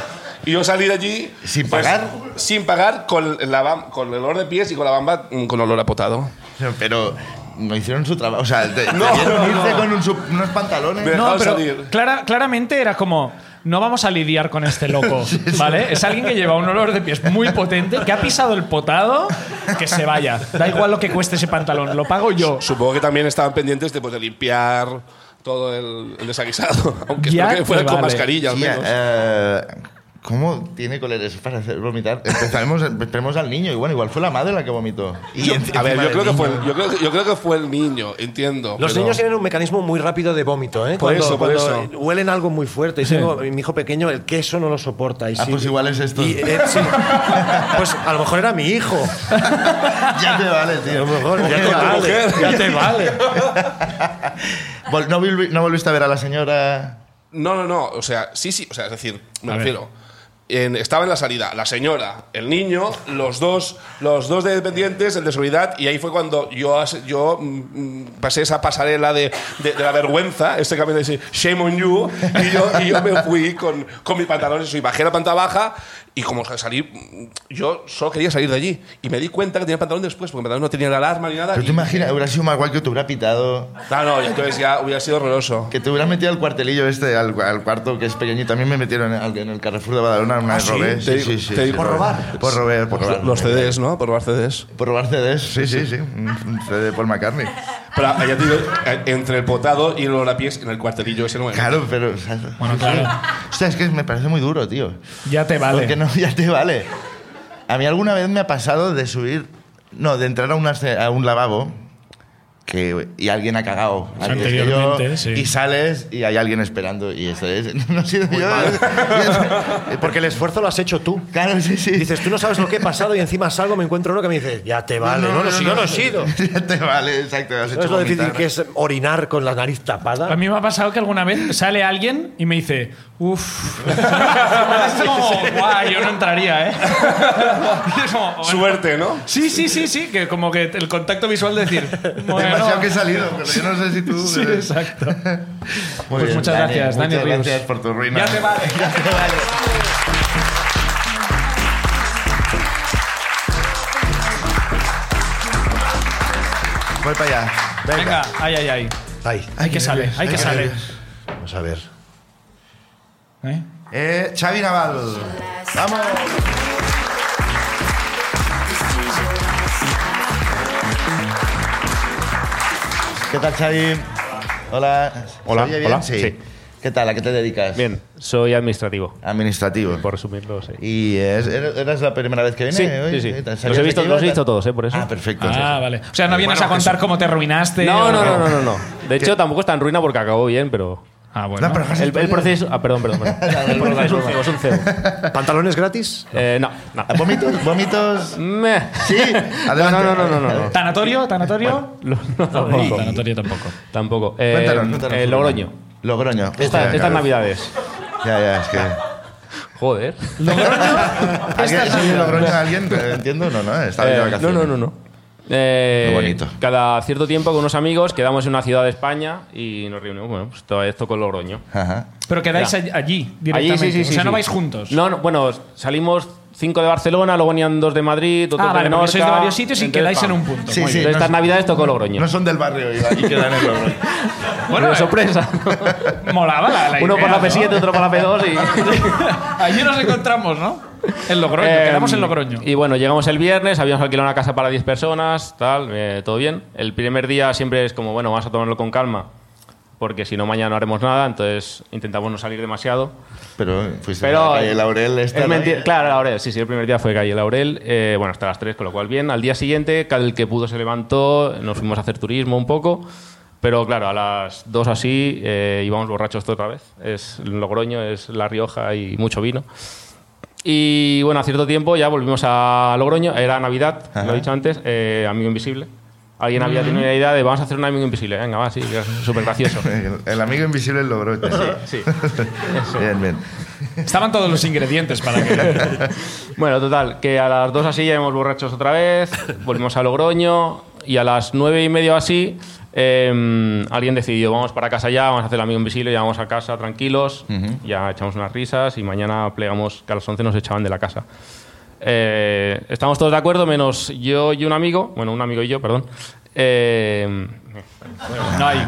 Y yo salí de allí. pues, ¿Sin pagar? Sin pagar, con, la, bam- con el olor de pies y con la bamba mm, con olor a potado. pero no hicieron su trabajo. O sea, te, debieron irse con un sub- unos pantalones. Me No, dejaron pero salir. clara- claramente era como. No vamos a lidiar con este loco, ¿vale? Es alguien que lleva un olor de pies muy potente, que ha pisado el potado, que se vaya. Da igual lo que cueste ese pantalón, lo pago yo. Supongo que también estaban pendientes de, pues, de limpiar todo el, el desaguisado, aunque Ya espero que te fueran con vale. mascarilla al Tía, menos. eh, ¿Cómo tiene coleres para hacer vomitar? Empezaremos, esperemos al niño. Y bueno, igual fue la madre la que vomitó. Y Yo- enci- a encima ver, yo del creo, que fue el, niño. yo, creo, que- yo creo que fue el niño, entiendo. Los pero- niños tienen un mecanismo muy rápido de vómito, ¿eh? Por eso, por cuando eso. Huelen algo muy fuerte. Y tengo- mi hijo pequeño, el queso no lo soporta. Y Ah, sí- pues igual es esto. y, eh, sí. Pues a lo mejor era mi hijo. ya te vale, tío. mejor, ya te vale. Ya te vale. Vol- ¿No, volvi- no volviste a ver a la señora? No, no, no. O sea, sí, sí. O sea, es decir, me refiero. en- estaba en la salida la señora, el niño, los dos, los dos dependientes, el de seguridad, y ahí fue cuando yo, as- yo mm, mm, pasé esa pasarela de, de- de la vergüenza, este camino de decir, shame on you, y yo, y yo me fui con, con mis pantalones y bajé la panta baja, y como salí, mm, yo solo quería salir de allí, y me di cuenta que tenía pantalón después, porque el pantalón no tenía la alarma ni nada. Pero te y- imaginas, hubiera sido más guay que te hubiera pitado. No, Ah, no, y entonces ya hubiera sido horroroso. Que te hubieras metido al cuartelillo este, al, al cuarto que es pequeñito. A mí me metieron en, en el Carrefour de Badalona una vez robé. Te- te- por robé. robar. Por robar, por robar. Los CDs, ¿no? Por robar CDs. Por robar CDs, sí, sí, sí. Un un CD de Paul McCartney. Pero allá te digo, eh, entre el potado y el olor a pies en el cuartelillo ese no me Claro, pero. o sea, Bueno, claro. Hostia, es que me parece muy duro, tío. Ya te Porque vale. no, ya te vale. A mí alguna vez me ha pasado de subir. No, de entrar a, una ce- a un lavabo que, y alguien ha cagado. antes que yo, Anteriormente, sí. Y sales y hay alguien esperando. Y eso es. No he sido yo. Porque el esfuerzo lo has hecho tú. Claro, sí, sí. Dices, tú no sabes lo que he pasado y encima salgo, me encuentro uno que me dice, ya te vale. No, no, si yo no he sido. Ya te vale, exacto. Has hecho ¿Sabes lo difícil vomitar. que es orinar con la nariz A tapada? mí me ha pasado que alguna vez sale alguien y me dice, uff. es como, guau, yo no entraría, ¿eh? Y es como, bueno. Suerte, ¿no? Sí, sí, sí, sí, que como que el contacto visual de decir. bueno, Demasiado que he salido, pero yo no sé si tú. Sí, exacto. Muy Pues muchas gracias, Dani Muchas Ríos. gracias por tu ruina. Ya te vale. Ya te vale. Voy para allá. Venga, ay, ay, ay. Ay, Hay que sale, hay que sale. vamos a ver. ¿Eh? Eh, Xavi Naval. Vamos. ¿Qué tal, Xavi? Hola. ¿Se Hola, oye bien? hola, Sí. sí. ¿Qué tal? ¿A qué te dedicas? Bien, soy administrativo, Administrativo. por resumirlo, sí. ¿Y es, er- eras la primera vez que vine? Sí, hoy? ¿eh? sí, sí. ¿Sabías Los he visto, que iba? los he visto todos, ¿eh? Por eso. Ah, perfecto. Ah, vale. O sea, no vienes a contar cómo te arruinaste. No, o- no, no, no, no, no. De hecho, tampoco es tan ruina porque acabó bien, pero. Ah, bueno. No, pero has El, el spoiler. proceso. Ah, perdón, perdón. perdón. El proceso es un cebo, es un cebo. ¿Pantalones gratis? Eh, no, no. ¿Vómitos? ¿Vómitos? Meh. Ah, Sí. No, Adelante. no, no, no, no. no. ¿Tanatorio? ¿Tanatorio? No, tampoco. Tanatorio tampoco. Tampoco. Eh, Cuéntanos, cuéntanos. eh, Logroño. Logroño. Esta- Hostia, estas claro. navidades. Ya, ya, es que... Joder. ¿Alguien es de Logroño alguien? Eh, Entiendo, no, no. Está de Eh, vacaciones. no, no, no, no. Eh, Qué bonito. Cada cierto tiempo con unos amigos quedamos en una ciudad de España y nos reunimos. Bueno, pues todo esto con Logroño. Ajá. Pero quedáis Ya. all- allí Allí directamente. o sea, no vais juntos. Ah, No, no, bueno, salimos cinco de Barcelona, luego venían dos de Madrid, otro Ah, de vale, porque Menorca. sois de varios sitios y Entonces, quedáis en pam. un punto. Sí, Muy sí. bien. Entonces, estas no- navidades tocó Logroño. No son del barrio y y quedan en Logroño. Bueno, Pero sorpresa. molaba la, la Uno idea, por la ¿no? P7, otro por la P2 y... Allí nos encontramos, ¿no? En Logroño, Eh, quedamos en Logroño. Y bueno, llegamos el viernes, habíamos alquilado una casa para 10 personas, tal, eh, todo bien. El primer día siempre es como, bueno, vamos a tomarlo con calma, porque si no mañana no haremos nada, entonces intentamos no salir demasiado. Pero fuiste a Pero la calle Laurel esta, es ¿no? menti- Claro, Laurel, sí, sí, el primer día fue calle Laurel, eh, bueno, hasta las 3, con lo cual bien. Al día siguiente, cada el que pudo se levantó, nos fuimos a hacer turismo un poco. Pero claro, a las 2 así eh, íbamos borrachos toda otra vez. Es Logroño, es La Rioja y mucho vino. Y bueno, a cierto tiempo ya volvimos a Logroño, era Navidad, lo he dicho antes, eh, Amigo Invisible. Alguien había tenido la idea de vamos a hacer un Amigo Invisible, venga, va, sí, súper gracioso. El, el amigo invisible en Logroño. Sí. Bien, bien. Estaban todos los ingredientes para que. Bueno, total, que a las dos así ya íbamos borrachos otra vez, volvimos a Logroño y a las nueve y media o así eh, alguien decidió, vamos para casa ya, vamos a hacer el amigo invisible, ya vamos a casa tranquilos, ya echamos unas risas y mañana plegamos que a las once nos echaban de la casa. Eh, estamos todos de acuerdo, menos yo y un amigo, bueno, un amigo y yo, perdón. Eh, No hay.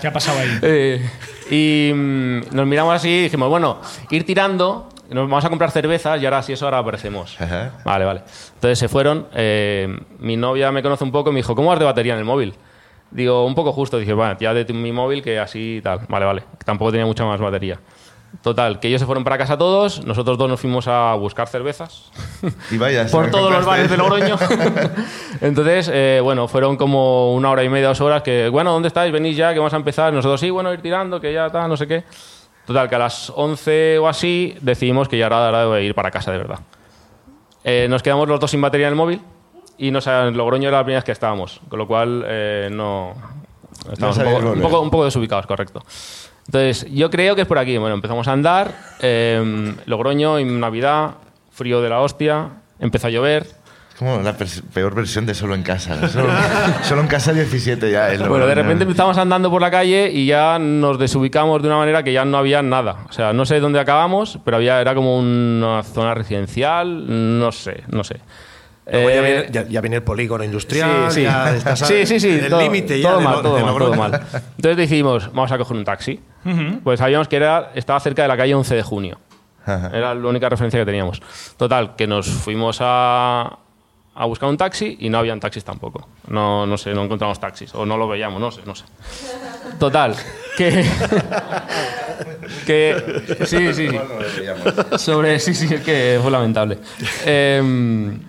¿Qué ha pasado ahí? eh, y mm, nos miramos así y dijimos, bueno, ir tirando, nos vamos a comprar cervezas y ahora si eso ahora aparecemos. Ajá. Vale, vale. Entonces se fueron, eh, mi novia me conoce un poco y me dijo, ¿cómo vas de batería en el móvil? Digo, un poco justo, dije, bueno, ya de tu- mi móvil que así tal. Vale, vale, tampoco tenía mucha más batería. Total, que ellos se fueron para casa todos, nosotros dos nos fuimos a buscar cervezas Y vaya, por si todos los bares de encontraste- Logroño. Entonces, eh, bueno, fueron como una hora y media, dos horas, que, bueno, ¿dónde estáis? Venís ya, que vamos a empezar. Nosotros, sí, bueno, ir tirando, que ya está, no sé qué. Total, que a las 11 o así decidimos que ya era hora de ir para casa, de verdad. Eh, nos quedamos los dos sin batería en el móvil y nos, en Logroño era la primera vez que estábamos, con lo cual eh, no... Estábamos un, sabías poco, un, volver. poco, un poco desubicados, correcto. Entonces, yo creo que es por aquí. Bueno, empezamos a andar, eh, Logroño, en Navidad, frío de la hostia, empezó a llover. Es como la pers- peor versión de Solo en Casa. Solo, solo en Casa 17 ya. es Bueno, de Logroño. repente empezamos andando por la calle y ya nos desubicamos de una manera que ya no había nada. O sea, no sé dónde acabamos, pero había, era como una zona residencial, no sé, no sé. Luego ya, Eh, viene, ya- ya viene el polígono industrial, Sí, sí. ya estás a- sí, sí, sí, en el todo- límite ya todo de mal, lo- todo de mal, Logroño. todo mal. Entonces decidimos, vamos a coger un taxi. Pues sabíamos que era, estaba cerca de la calle 11 de junio. Era la única referencia que teníamos. Total, que nos fuimos a, a buscar un taxi y no habían taxis tampoco. No, no sé, no encontramos taxis. O no lo veíamos, no sé, no sé. Total, que... que sí, sí, sí. Sobre, sí, sí, es que fue lamentable. Em,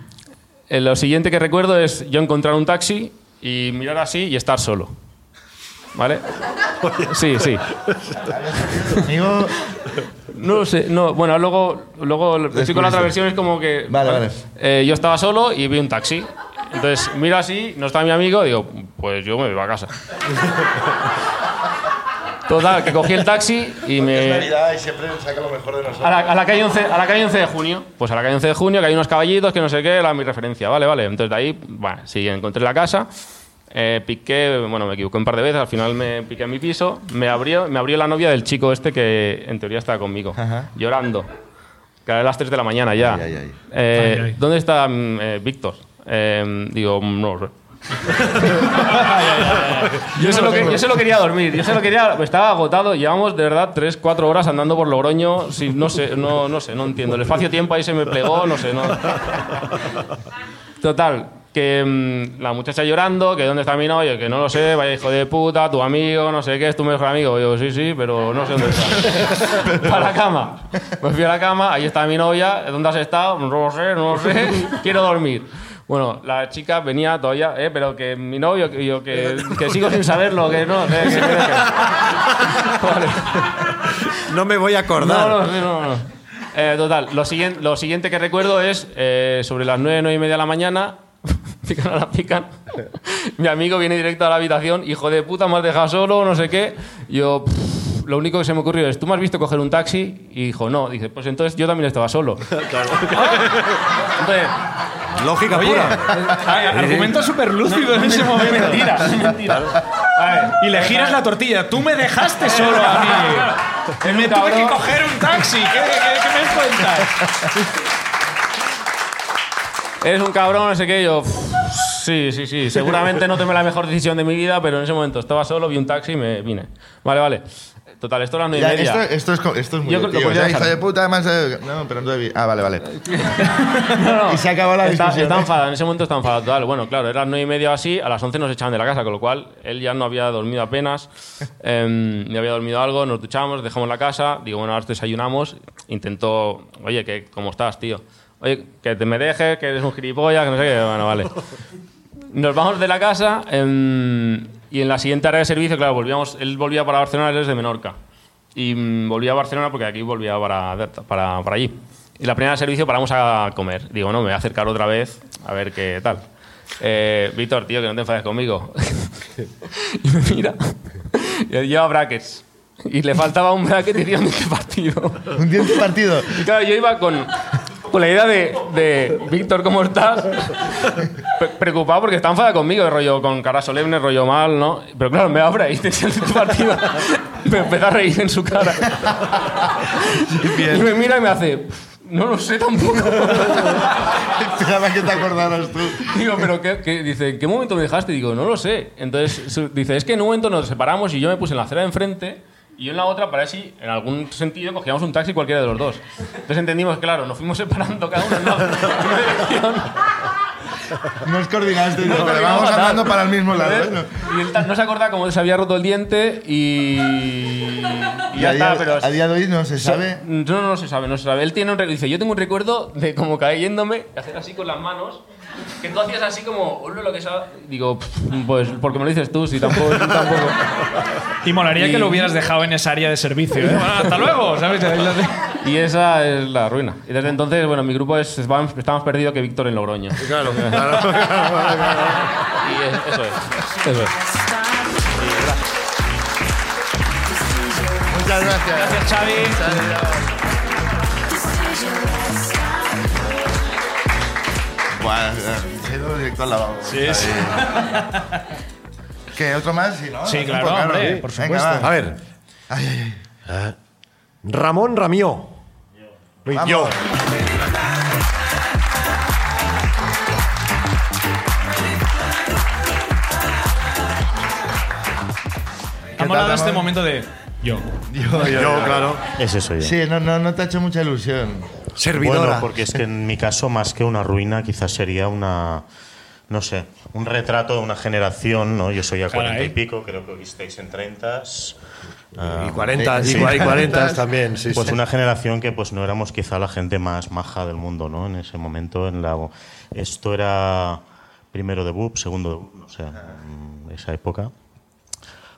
eh, lo siguiente que recuerdo es yo encontrar un taxi y mirar así y estar solo. ¿Vale? Sí, sí. Amigo, No lo sé, no, bueno, luego, luego lo- estoy con la otra versión, es como que. Vale, vale. Eh, yo estaba solo y vi un taxi. Entonces miro así, no está mi amigo, digo, pues yo me voy a casa. Total, que cogí el taxi y es me. Ah, Navidad y siempre saca lo mejor de nosotros. Pues, A la, a la calle 11, a la calle 11 de junio. Pues a la calle 11 de junio, que hay unos caballitos, que no sé qué, era mi referencia. Vale, vale. Entonces de ahí, bueno, sí, encontré la casa. eh, piqué, bueno, me equivoqué un par de veces, al final me piqué en mi piso, me abrió, me abrió la novia del chico este que en teoría estaba conmigo, llorando. Que era a las 3 de la mañana ya. Ay, ay, ay. Eh, Ay, ay. ¿Dónde está mm, eh, Víctor? Eh, digo, mm, no lo sé. Yo solo, que- yo solo quería dormir, yo solo quería. Estaba agotado, llevamos de verdad 3-4 horas andando por Logroño, sí, no sé, no, no sé, no entiendo. El espacio-tiempo ahí se me plegó, no sé, no. Total, que mm, la muchacha llorando, que dónde está mi novio, que no lo sé, vaya hijo de puta, tu amigo, no sé qué, es tu mejor amigo. Yo, sí, sí, pero no sé dónde está. Para la cama. Me fui a la cama, ahí está mi novia, ¿dónde has estado? No lo sé, no lo sé, quiero dormir. Bueno, la chica venía todavía, eh, pero que mi novio, que, yo, que, que sigo sin saberlo, que no, que- que- que- que- Vale. No me voy a acordar. No, no, sí, no, no. Eh, total, lo siguiente, lo siguiente que recuerdo es eh, sobre las nueve, nueve y media de la mañana. pican a la pican. Mi amigo viene directo a la habitación. Hijo de puta, me has dejado solo, no sé qué. Yo, pff, lo único que se me ocurrió es: ¿tú me has visto coger un taxi? Y dijo: No. Dice: Pues entonces yo también estaba solo. Entonces, Lógica Oye, eh, pura. ay, Ah, argumento súper lúcido en ese momento. Mentira, mentira. A ver, y le giras la tortilla. Tú me dejaste solo a mí. Me tuve que coger un taxi. ¿Qué, qué- qué me cuentas? eres un cabrón, no sé qué. Yo, "Pff, sí, sí, sí. Seguramente no tomé la mejor decisión de mi vida, pero en ese momento estaba solo, vi un taxi y me vine. Vale, vale. Total, esto era las nueve Ya, y media. esto, esto es, co- esto es muy Yo creo- divertido. lo Ya, podría hijo dejar. de puta, además... eh, No, pero no debí... Ah, vale, vale. No, no. Y se acabó la Está, discusión. está enfadado, en ese momento está enfadado. Total. Bueno, claro, eran nueve y media o así, a las 11 nos echaban de la casa, con lo cual él ya no había dormido apenas, eh, ni había dormido algo, nos duchamos, dejamos la casa, digo, bueno, ahora desayunamos, intentó, oye, que, ¿cómo estás, tío? Oye, que te me dejes, que eres un gilipollas, que no sé qué, bueno, vale. Nos vamos de la casa em, y en la siguiente área de servicio, claro, volvíamos, él volvía para Barcelona, él es de Menorca. Y mm, volvía a Barcelona porque aquí volvía para, para, para allí. Y la primera de servicio paramos a comer. Digo, no, me voy a acercar otra vez a ver qué tal. Eh, Víctor, tío, que no te enfades conmigo. y me mira. Y él lleva brackets. Y le faltaba un bracket y decía, ¿de qué partido? Un día en tu partido. Y claro, yo iba con, con la idea de, de, Víctor, ¿cómo estás? Pre- preocupado porque está enfadado conmigo, de rollo con cara solemne, rollo mal, ¿no? Pero claro, me abre ahí, te sientes tu partido. Me empieza a reír en su cara. Y me mira y me hace, no lo sé tampoco. Esperaba que te acordaras tú. Digo, pero qué, qué?". dice, ¿en qué momento me dejaste? Digo, no lo sé. Entonces su- dice, es que en un momento nos separamos y yo me puse en la acera de enfrente y yo en la otra para ver si en algún sentido cogíamos un taxi cualquiera de los dos. Entonces entendimos, claro, nos fuimos separando cada uno en una- en una dirección. No os coordinaste. Nos No, pero pegamos vamos fatal. andando para el mismo lado. ¿eh? ¿no? Entonces, Y él ta- no se acordaba cómo se había roto el diente y... y Y ya a, día, está, pero... a día de hoy no se sabe. No, no, no se sabe, no se sabe. Él tiene un recuerdo. Dice, yo tengo un recuerdo de como cayéndome, de hacer así con las manos, que tú hacías así como, "Hola, lo que sea. Digo, "Pff, pues porque me lo dices tú, si tampoco. tú tampoco". Y molaría que Y- lo hubieras dejado en esa área de servicio. ¿eh? Bueno, hasta luego, ¿sabes? Y esa es la ruina. Y desde entonces, bueno, mi grupo es, es- vamos- estamos perdido que Víctor en Logroño. Claro, claro, claro, claro. Y es- eso es. Eso es. Muchas gracias. Gracias, Xavi. Buah, he ido directo al lavabo. Sí, sí. ¿Qué? ¿Otro más? Sí, ¿no? Sí, Un claro, poco, hombre, Sí. por Venga, supuesto. va. A ver. Ah, Ramón Ramió. Vamos. Yo. Ha molado tal, este Ramón? momento de. Yo. Yo, yo, Yo, yo. claro. Ese soy yo. Sí, no, no, no te ha hecho mucha ilusión. Bueno, Servidora. porque es que en mi caso, más que una ruina, quizás sería una. No sé, un retrato de una generación, ¿no? Yo soy a cuarenta y Caray. pico, creo que hoy estáis en treintas. ah, Y 40, Sí, y cua- y sí. 40 también, sí, Pues sí. una generación que pues no éramos quizá la gente más maja del mundo, ¿no? En ese momento, en la esto era primero de Bub, segundo de Bub, o sea, mm, esa época.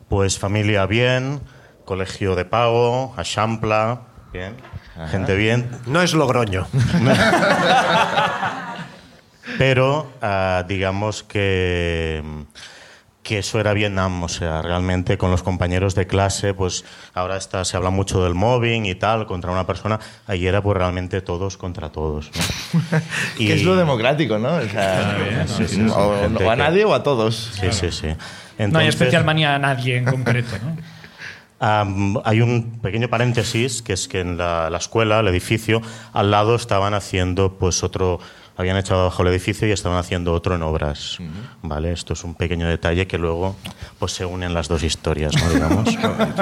Pues familia bien, colegio de pago, Champla, bien, gente bien, No es Logroño. pero ah, digamos que que eso era Vietnam, o sea, realmente con los compañeros de clase, pues ahora está, se habla mucho del mobbing y tal, contra una persona, allí era pues realmente todos contra todos. ¿no? Que es lo democrático, ¿no? O sea, sí, sí, o- sí, gente o a que- nadie o a todos. Sí, sí, sí. No hay Entonces, especial manía a nadie en concreto, ¿no? Am, hay un pequeño paréntesis que es que en la, la escuela, el edificio, al lado estaban haciendo pues otro, habían echado abajo el edificio y estaban haciendo otro en obras, ¿vale? Esto es un pequeño detalle que luego pues se unen las dos historias, ¿no? Digamos. Un Qué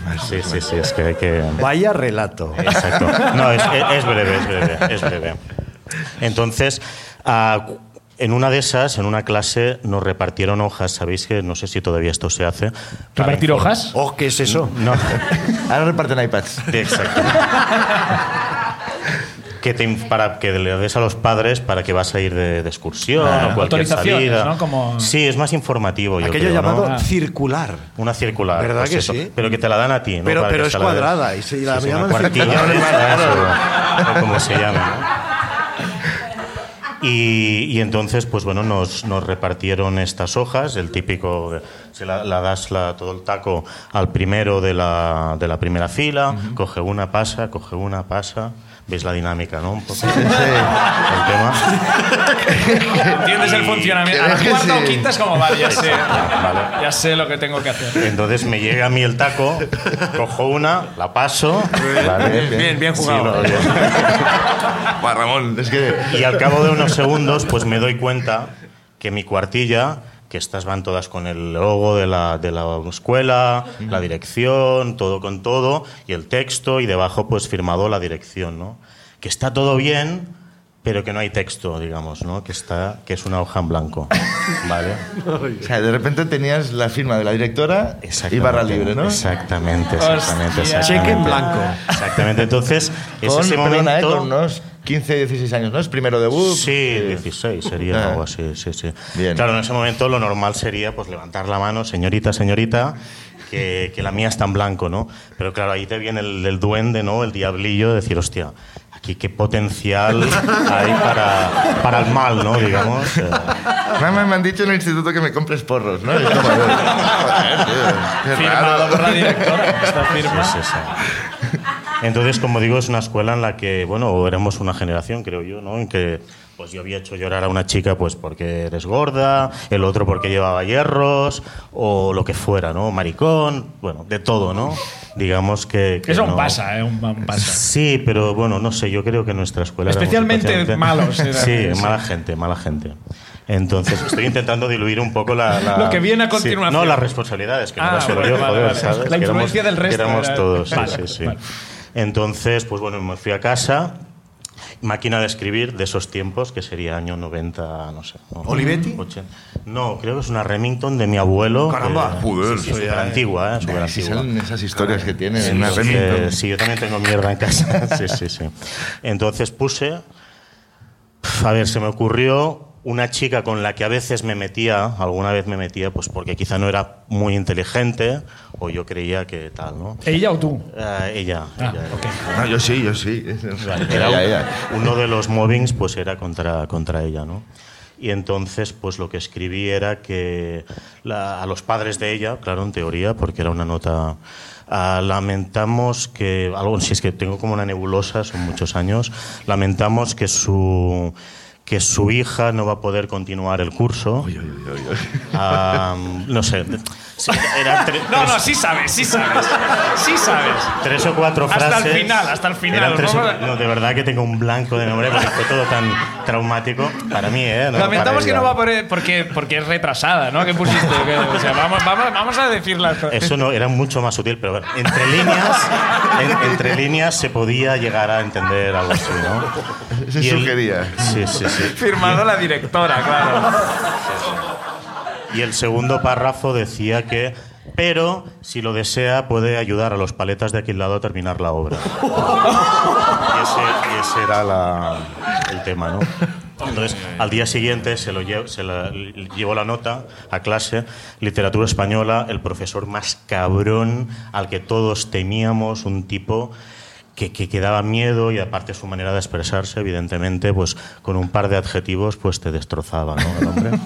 maestros, maestros, sí, sí, sí, es que hay que... Vaya relato. Exacto. No, es, es- es breve, es breve, es breve. Entonces, ah, cu- en una de esas, en una clase, nos repartieron hojas. Sabéis que no sé si todavía esto se hace. para ¿Repartir inform- hojas? Oh, ¿qué es eso? No, Ahora reparten iPads. de- exacto. que te, inf- para que le des a los padres para que vas a ir de, de excursión Ah, o cualquier autorizaciones, salida. ¿no? Como- Sí, es más informativo. Yo Aquello creo, ¿no? llamado circular. Una circular. ¿Verdad pues que eso. sí? Pero que te la dan a ti, ¿no? Pero- Para pero que es se la des. cuadrada, y si la Sí, sí, una llaman cuartilla, circular, ¿no? es Eso, o como se llama, ¿no? Y, y entonces, pues bueno, nos, nos repartieron estas hojas, el típico, de- se la, la das la- todo el taco al primero de la, de la primera fila, coge una, pasa, coge una, pasa, veis la dinámica, ¿no? Un poco el tema. ¿Entiendes el funcionamiento? A ¿Crees la que cuarta sí? o quinta es como, vale, ya sé. Vale. Ya sé lo que tengo que hacer. Entonces me llega a mí el taco, cojo una, la paso. ¿vale? Bien, bien jugado. Sí, lo- Buah, Ramón, es que. y al cabo de unos segundos, pues me doy cuenta que mi cuartilla, que estas van todas con el logo de la, de la escuela, la dirección, todo con todo, y el texto, y debajo, pues firmado la dirección, ¿no? Que está todo bien, pero que no hay texto, digamos, ¿no? Que, está, que es una hoja en blanco, ¿vale? O sea, de repente tenías la firma de la directora y barra libre, ¿no? Exactamente, exactamente. Hostia. exactamente. Cheque en blanco. Exactamente, entonces, es Con, ese momento... perdona, eh, con unos 15, 16 años, ¿no? Es primero debut. Sí, 16 Ah. sería algo así, sí, sí. Bien. Claro, en ese momento lo normal sería pues levantar la mano, señorita, señorita, que, que la mía está en blanco, ¿no? Pero claro, ahí te viene el, el duende, ¿no? El diablillo, decir, hostia, aquí qué potencial hay para, para el mal, ¿no? Digamos. eh. Mamá, me han dicho en el instituto que me compres porros, ¿no? Y es como, joder, tío, qué Firmado raro. por la directora. Está firma. Sí, sí, sí. Entonces, como digo, es una escuela en la que, bueno, éramos una generación, creo yo, ¿no? En que pues yo había hecho llorar a una chica pues porque eres gorda, el otro porque llevaba hierros, o lo que fuera, ¿no? Maricón, bueno, de todo, ¿no? Digamos que... que Eso aún no- pasa, ¿eh? Un, un pasa. Sí, pero bueno, no sé, yo creo que nuestra escuela... éramos Especialmente especialmente- malos eran, Sí, sí. mala gente, mala gente. Entonces, estoy intentando diluir un poco la... la- Lo que viene a sí, continuación. no, las responsabilidades, que Ah, no las vale, yo, vale, joder, vale. ¿sabes? La Que éramos- influencia del que resto Éramos era- todos, sí, Vale, sí, sí. vale. Entonces, pues bueno, me fui a casa, máquina de escribir de esos tiempos, que sería año 90, no sé. ¿no? ¿Olivetti? 80. No, creo que es una Remington de mi abuelo. Caramba, que- joder, sí, sí, antigua, ¿eh? Sí, Superantigua. son esas historias que tienen. una Sí, Remington. eh, sí, yo también tengo mierda en casa. Sí, sí, sí. Entonces puse. Pf, A ver, se me ocurrió una chica con la que a veces me metía, alguna vez me metía, pues porque quizá no era muy inteligente o yo creía que tal, ¿no? ¿Ella o tú? Ah, ella. Ah, ella era. ok. No, yo sí, yo sí. Era Ya, un- ya. uno de los mobbings pues era contra, contra ella, ¿no? Y entonces, pues lo que escribí era que la- a los padres de ella, claro, en teoría, porque era una nota. ah, lamentamos que. Algo, si es que tengo como una nebulosa, son muchos años. Lamentamos que su que su hija no va a poder continuar el curso. Ah, no sé. sí, eran tre- No, no, tres- sí sabes, sí sabes. Sí sabes. Tres o cuatro Hasta el frases. final, hasta el final, Eran tres o- vamos a- no, de verdad que tengo un blanco de memoria porque fue todo tan traumático para mí, ¿eh? No, Lamentamos para que ella. no va a poder porque, porque es retrasada, ¿no? ¿Qué pusiste? Que, o sea, vamos, vamos, vamos a decir las cosas. Eso no, era mucho más sutil, pero bueno, entre líneas, en- entre líneas se podía llegar a entender algo así, ¿no? Se Y el- sugería. Sí, sí, sí. Firmado la directora, claro. Y el segundo párrafo decía que, pero si lo desea, puede ayudar a los paletas de aquel lado a terminar la obra. y, ese, y ese era la- el tema, ¿no? Entonces, al día siguiente se, lo lle- se la- l- llevó la nota a clase, literatura española, el profesor más cabrón al que todos temíamos, un tipo que, que, que daba miedo y aparte su manera de expresarse, evidentemente, pues con un par de adjetivos pues te destrozaba, ¿no? El hombre.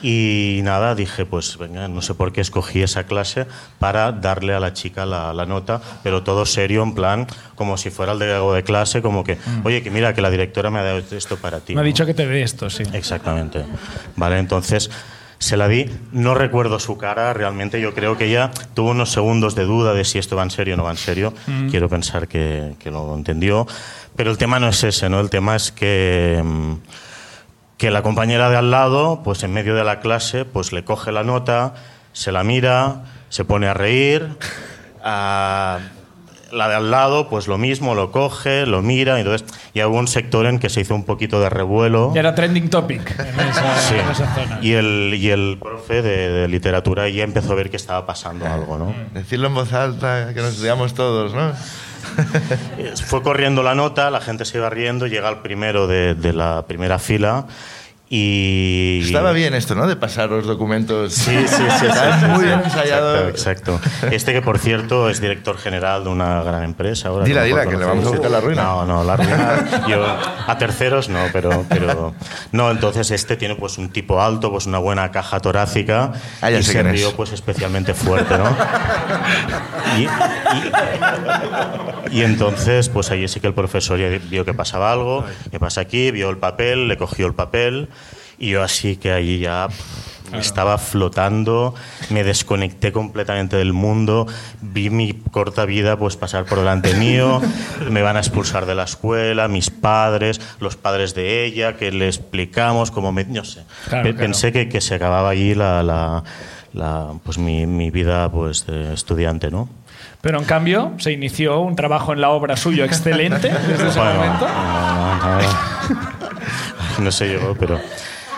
Y nada, dije, pues venga, no sé por qué escogí esa clase para darle a la chica la, la nota, pero todo serio, en plan, como si fuera el de algo de clase, como que, oye, que mira, que la directora me ha dado esto para ti. Mm. Me ha ¿no? dicho que te dé esto, sí. Exactamente. Vale, entonces se la di. No recuerdo su cara, realmente yo creo que ella tuvo unos segundos de duda de si esto va en serio o no va en serio. Quiero pensar que, que lo entendió. Pero el tema no es ese, ¿no? El tema es que... mm, que la compañera de al lado, pues en medio de la clase, pues le coge la nota, se la mira, se pone a reír, a- la de al lado, pues lo mismo, lo coge, lo mira, y entonces ya hubo un sector en que se hizo un poquito de revuelo. Era trending topic en esa, Sí. en esa zona. Y el, y el profe de, de literatura ya empezó a ver que estaba pasando algo, ¿no? Decirlo en voz alta, que nos estudiamos todos, ¿no? Eh, Fue corriendo la nota, la gente se iba riendo, llega el primero de, de la primera fila y... Estaba bien esto, ¿no? De pasar los documentos. Sí, sí, sí. Estaba sí, sí, muy sí. bien ensayado. Exacto, exacto. Este que, por cierto, es director general de una gran empresa ahora. Dila, no me dila, acuerdo que le cómo se vamos a dice. quitar la ruina. No, no, la ruina. yo, a terceros no, pero, pero... No, entonces este tiene pues un tipo alto, pues una buena caja torácica Ah, ya y sé se quién es. rió pues especialmente fuerte, ¿no? Y, y- y entonces, pues ahí sí que el profesor ya vio que pasaba algo, que pasa aquí, vio el papel, le cogió el papel y yo así que allí ya pff, estaba flotando, me desconecté completamente del mundo, vi mi corta vida pues pasar por delante mío, me van a expulsar de la escuela, mis padres, los padres de ella, que le explicamos, como me, no sé, Claro, Pe- claro. pensé que, que se acababa allí la, la- la, pues mi, mi vida pues de estudiante, ¿no? Pero en cambio, se inició un trabajo en la obra suyo excelente desde ese Bueno, este momento. No, no, no. No sé yo, pero.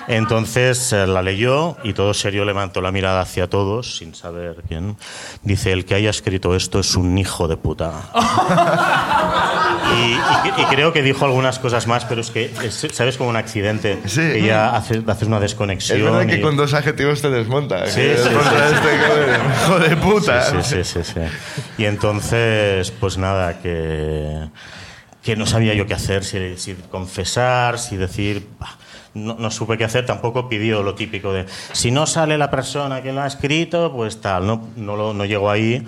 Entonces eh, la leyó y todo serio levantó la mirada hacia todos, sin saber quién. Dice: El que haya escrito esto es un hijo de puta. Y, y- y creo que dijo algunas cosas más, pero es que, es- ¿sabes? Como un accidente. Sí. Que ya haces haces una desconexión. Es verdad y- que con dos adjetivos te desmonta. Sí, Que es sí, contra sí, este que- hijo de puta. Sí, sí, sí, sí, sí. Y entonces, pues nada, que, que no sabía yo qué hacer, si, si confesar, si decir... bah, No, no supe qué hacer, tampoco pidió lo típico de si no sale la persona que lo ha escrito, pues tal, no, no, lo- no llegó ahí,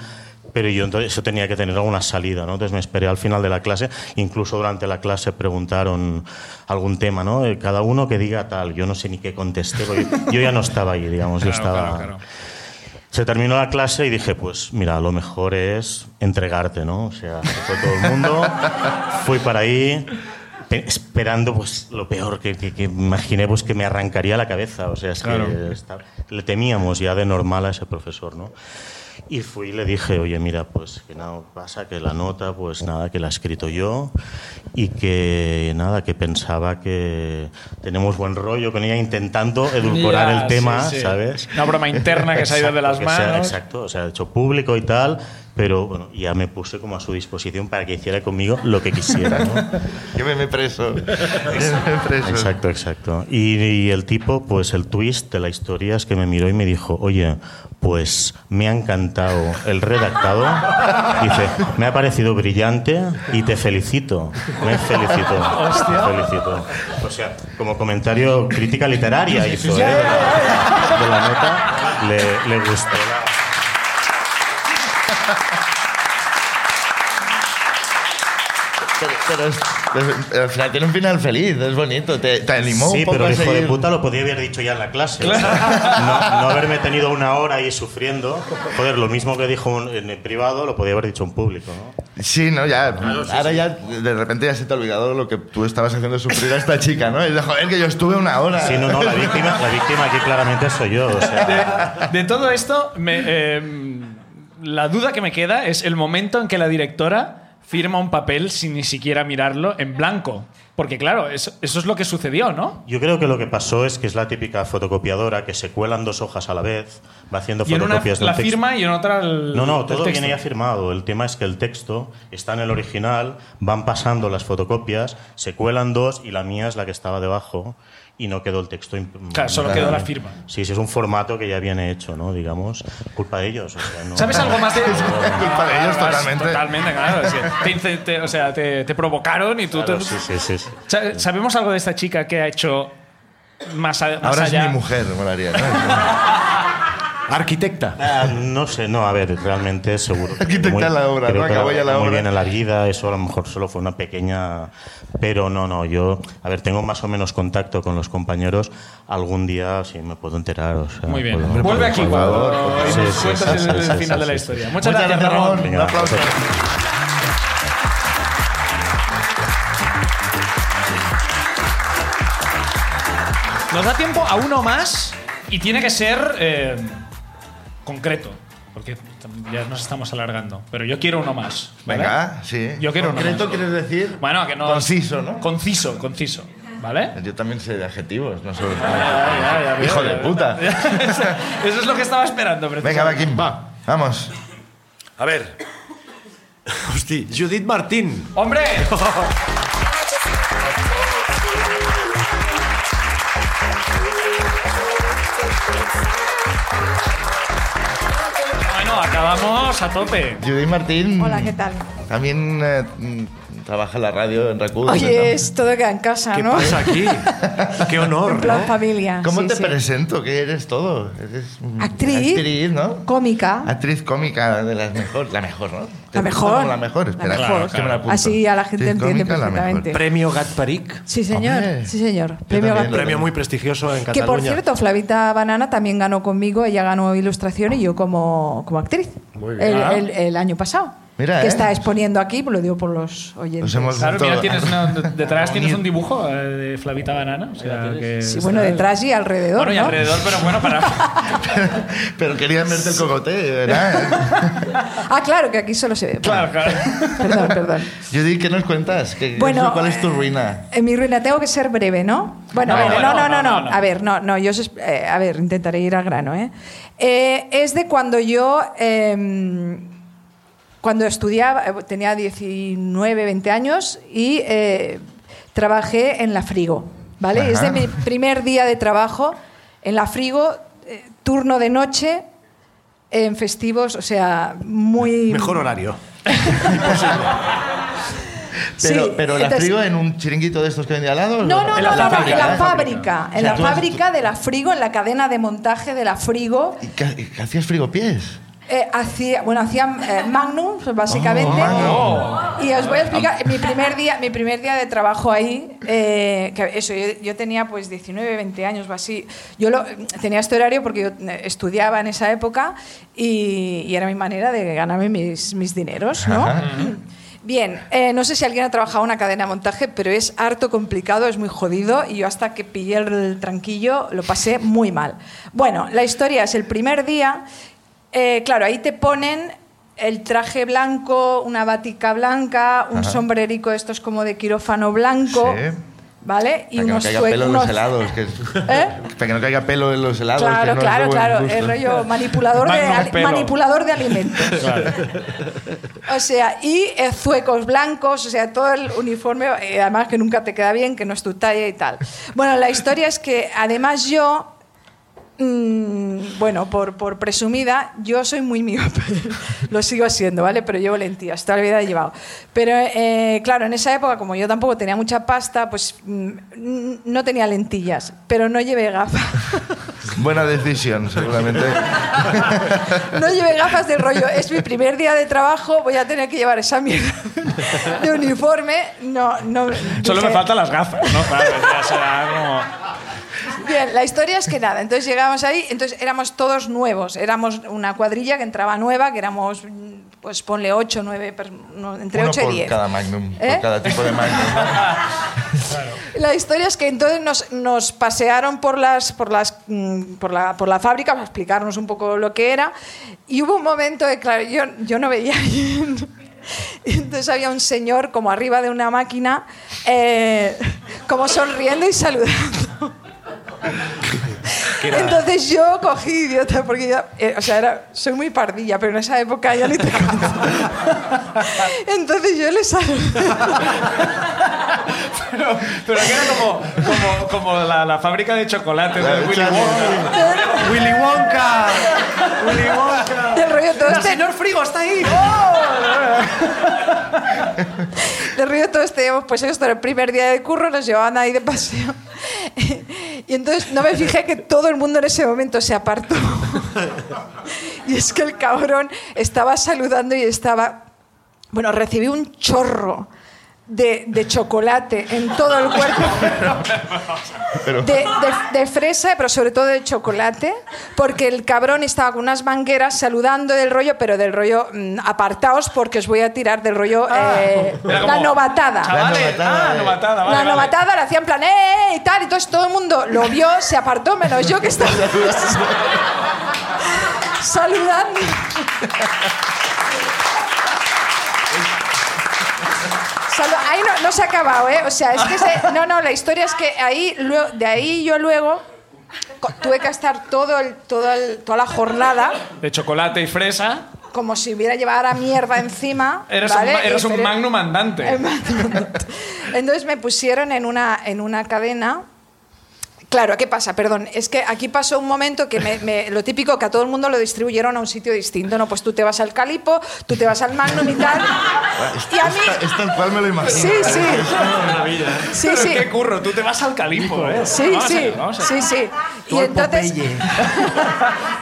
pero yo entonces eso tenía que tener alguna salida, ¿no? Entonces me esperé al final de la clase, incluso durante la clase preguntaron algún tema, ¿no? Eh, Cada uno que diga tal, yo no sé ni qué contesté, porque yo ya no estaba ahí, digamos, yo estaba... Se terminó la clase y dije, pues mira, lo mejor es entregarte, ¿no? O sea, se fue todo el mundo, fui para ahí pe- esperando pues lo peor que, que- que imaginé pues que me arrancaría la cabeza, o sea, es que esta- le temíamos ya de normal a ese profesor, ¿no? Y fui y le dije, oye, mira, pues que nada pasa, que la nota, pues nada, que la he escrito yo y que nada, que pensaba que tenemos buen rollo con ella intentando edulcorar Ya, el tema, sí, sí. ¿sabes? Una broma interna que se ha ido de las Exacto, que sea- manos. exacto, o sea, hecho público y tal, pero bueno, ya me puse como a su disposición para que hiciera conmigo lo que quisiera, ¿no? Lléveme preso. Lléveme preso. Exacto, exacto. Y, y el tipo, pues el twist de la historia es que me miró y me dijo, oye, pues me ha encantado el redactado. Dice, me ha parecido brillante y te felicito. Me felicito. Te felicito. O sea, como comentario crítica literaria hizo, ¿eh? De la, de la nota. Le, le gustó la- Pero, pero es- pero al final tiene un final feliz, es bonito. Te, te animó sí, un poco pero a el hijo seguir. de puta lo podía haber dicho ya en la clase. No, no haberme tenido una hora ahí sufriendo. Joder, lo mismo que dijo un- en el privado lo podía haber dicho en público, ¿no? Sí, no, ya. ahora ya, de repente ya se te ha olvidado lo que tú estabas haciendo sufrir a esta chica, ¿no? Es de, joder, que yo estuve una hora. Sí, no, no, la víctima, la víctima aquí claramente soy yo. O sea, De todo esto, me, eh, la duda que me queda es el momento en que la directora firma un papel sin ni siquiera mirarlo en blanco. Porque claro, eso, eso es lo que sucedió, ¿no? yo creo que lo que pasó es que es la típica fotocopiadora que se cuelan dos hojas a la vez, va haciendo Y en una fotocopias de un la texto. firma y en otra el No, no, el todo texto. viene ya firmado. El tema es que el texto está en el original, van pasando las fotocopias, se cuelan dos y la mía es la que estaba debajo y no quedó el texto. imp- Claro, solo quedó la firma. Sí, sí, es un formato que ya viene hecho, ¿no? Digamos, culpa de ellos. o sea, no- ¿Sabes algo más de culpa de ellos Claro, totalmente. Totalmente, claro. es que te, te- o sea, te, te provocaron y tú Claro, te- sí, sí, sí, sí. Sa- ¿Sabemos algo de esta chica que ha hecho más, a- más Ahora allá? es mi mujer, molaría, ¿no? Arquitecta. Ah, no sé, no, a ver, realmente seguro. que Arquitecta muy- la obra, creo ¿no? que Acabó ya la muy obra. bien en la vida, eso a lo mejor solo fue una pequeña. Pero no, no, yo, a ver, tengo más o menos contacto con los compañeros. Algún día sí me puedo enterar. o sea, Muy bien. puedo- Vuelve aquí cuando favor. y nos Sí, sí, cuentas sí, el, sí, el sí, final sí, de la sí. historia. Muchas, gracias, Ramón. Un aplauso. Nos da tiempo a uno más y tiene que ser eh, concreto. porque ya nos estamos alargando. Pero yo quiero uno más. ¿vale? Venga, sí. Yo quiero uno Concreto más. quieres decir. Bueno, que no. Conciso, ¿no? Conciso, conciso. ¿Vale? Yo también sé de adjetivos, no solo. Ya, ya, ya, Hijo ya, de ya. puta. Eso es lo que estaba esperando, precisamente. Venga, va, Kim. Vamos. A ver. Hosti, Judit Martín. ¡Hombre! bueno, acabamos a tope. Judith Martín. Hola, ¿qué tal? También eh, mm, trabaja en la radio en Raccoon. Oye, es todo queda en casa, ¿Qué Ah, ¿no? pasa aquí? Qué En honor, plan ¿no? familia. ¿Eh? ¿Cómo sí, te sí. presento? ¿Qué eres todo? Eres mm, Actriz. Actriz, ¿no? Cómica. Actriz cómica de las mejores. La mejor, ¿no? ¿Te gusta mejor. como La mejor, La espera. mejor. que me la apunto. Así ya la gente Actriz entiende cómica, la mejor. perfectamente. Premio Gatparic. Sí, señor. Hombre. Sí, señor. Yo Premio también. Gat- Premio muy prestigioso en Que Cataluña. por cierto, Flavita Banana también ganó conmigo, ella ganó ilustración y yo como, como actriz. El, el- el año pasado. Mira, que eh. está exponiendo aquí, lo digo por los oyentes. Nos hemos Claro, mira, todo- tienes una- detrás tienes un dibujo eh, de Flavita Banana. O sea, que Sí, bueno, detrás y alrededor. Bueno, y ¿no? alrededor, pero bueno, para. Pero querías verte el cocote, ¿verdad? Ah, claro, que aquí solo se ve. claro, claro. Perdón, perdón. Judith, ¿qué nos cuentas? ¿Qué- Bueno, ¿Cuál es tu eh, ruina? En mi ruina tengo que ser breve, ¿no? Bueno, No, a ver, bueno, no, no, no, no, no, no, no. A ver, no, no, yo os- eh, a ver, intentaré ir al grano, ¿eh? Eh, es de cuando yo em, cuando estudiaba eh, tenía 19, 20 años y eh, trabajé en la Frigo, ¿vale? Ajá. Es de mi primer día de trabajo en la Frigo, eh, turno de noche en festivos, o sea, muy Mejor horario. Sí, Pero, pero la entonces- frigo en un chiringuito de estos que vendía al lado. No, no, no, la no, no, fábrica, en en la la fábrica. O En sea, la tú has- fábrica de la Frigo, en la cadena de montaje de la Frigo. ¿Y qué, y qué hacías frigopiés? eh, hacía, bueno, hacían eh, Magnum, básicamente. Oh. Y os voy a explicar mi primer día, mi primer día de trabajo ahí. eh, que eso, yo, yo tenía pues 19, 20 años o así. Yo lo, tenía este horario porque yo eh, estudiaba en esa época y, y era mi manera de ganarme mis, mis dineros, ¿no? Bien, eh, no sé si alguien ha trabajado en una cadena de montaje, pero es harto complicado, es muy jodido y yo hasta que pillé el tranquillo lo pasé muy mal. Bueno, la historia es el primer día, eh, claro, ahí te ponen el traje blanco, una batica blanca, un sombrerico de estos como de quirófano blanco, Sí. ¿vale? para que no caiga sue- pelo en los unos- helados. Que, ¿Eh? Para que no caiga pelo en los helados. que Claro, no es claro, de buen claro. gusto. El rollo manipulador de, Magnum ali- pelo. manipulador de alimentos. O sea, y eh, zuecos blancos, o sea, todo el uniforme, eh, además que nunca te queda bien, que no es tu talla y tal. Bueno, la historia es que además yo, mm, bueno, por, por presumida, yo soy muy miope, lo sigo siendo, ¿vale? Pero llevo lentillas, toda la vida he llevado. Pero eh, claro, en esa época, como yo tampoco tenía mucha pasta, pues mm, n- no tenía lentillas, pero no llevé gafas. Buena decisión, seguramente. No lleve gafas de rollo. Es mi primer día de trabajo. Voy a tener que llevar esa mierda de uniforme. No, no. Solo dije- me faltan las gafas, ¿no? Claro, ya será como. Bien, la historia es que nada. Entonces llegamos ahí. Entonces éramos todos nuevos. Éramos una cuadrilla que entraba nueva, que éramos, mm, pues ponle 8, 9, entre Uno 8 y por 10. cada magnum, ¿Eh? por cada tipo de magnum. La historia es que entonces nos, nos pasearon por las por las mm, por la, por la fábrica para explicarnos un poco lo que era y hubo un momento de claro yo yo no veía bien. Y entonces había un señor como arriba de una máquina eh, como sonriendo y saludando. Entonces yo cogí idiota porque yo, eh, o sea, era, soy muy pardilla, pero en esa época ya ni te cuento. Entonces yo le saludé. Pero, pero que era como, como, como la, la fábrica de chocolate La de de Willy chocolate. Wonka. Willy Wonka. Willy Wonka. del rollo todo este- Frigo está ahí. de río todos teníamos pues esto era el primer día de curro nos llevaban ahí de paseo y entonces no me fijé que todo el mundo en ese momento se apartó y es que el cabrón estaba saludando y estaba bueno recibí un chorro de, de chocolate en todo el cuerpo de, de- de fresa pero sobre todo de chocolate porque el cabrón estaba con unas mangueras saludando del rollo pero del rollo mm, apartaos porque os voy a tirar del rollo eh, Ah. Era la como, novatada Chavales, La novatada, ah, eh. novatada, vale, la vale. novatada la hacían en plan, ¡eh! eh", y tal. Y entonces todo el mundo lo vio, se apartó, menos yo que estaba saludando. Solo- ahí no, no se ha acabado, ¿eh? O sea, es que... se- no, no, la historia es que ahí, luego, de ahí yo luego co- tuve que estar todo el, todo el- toda la jornada De chocolate y fresa. como si hubiera llevado a mierda encima. Eres, ¿vale? Eh, un, ma- eres un Pero- magnum andante. Entonces me pusieron en una, en una cadena. Claro, ¿qué pasa? Perdón, es que aquí pasó un momento que me- me- lo típico que a todo el mundo lo distribuyeron a un sitio distinto. No, pues tú te vas al Calipo, tú te vas al Magnum y tal. Y a Es, mí. es tal cual me lo imagino. Sí, sí. Sí, Pero sí. qué curro, tú te vas al calipo, ¿eh? Sí, Vamos sí. allá, vamos allá. Sí, sí. Y entonces.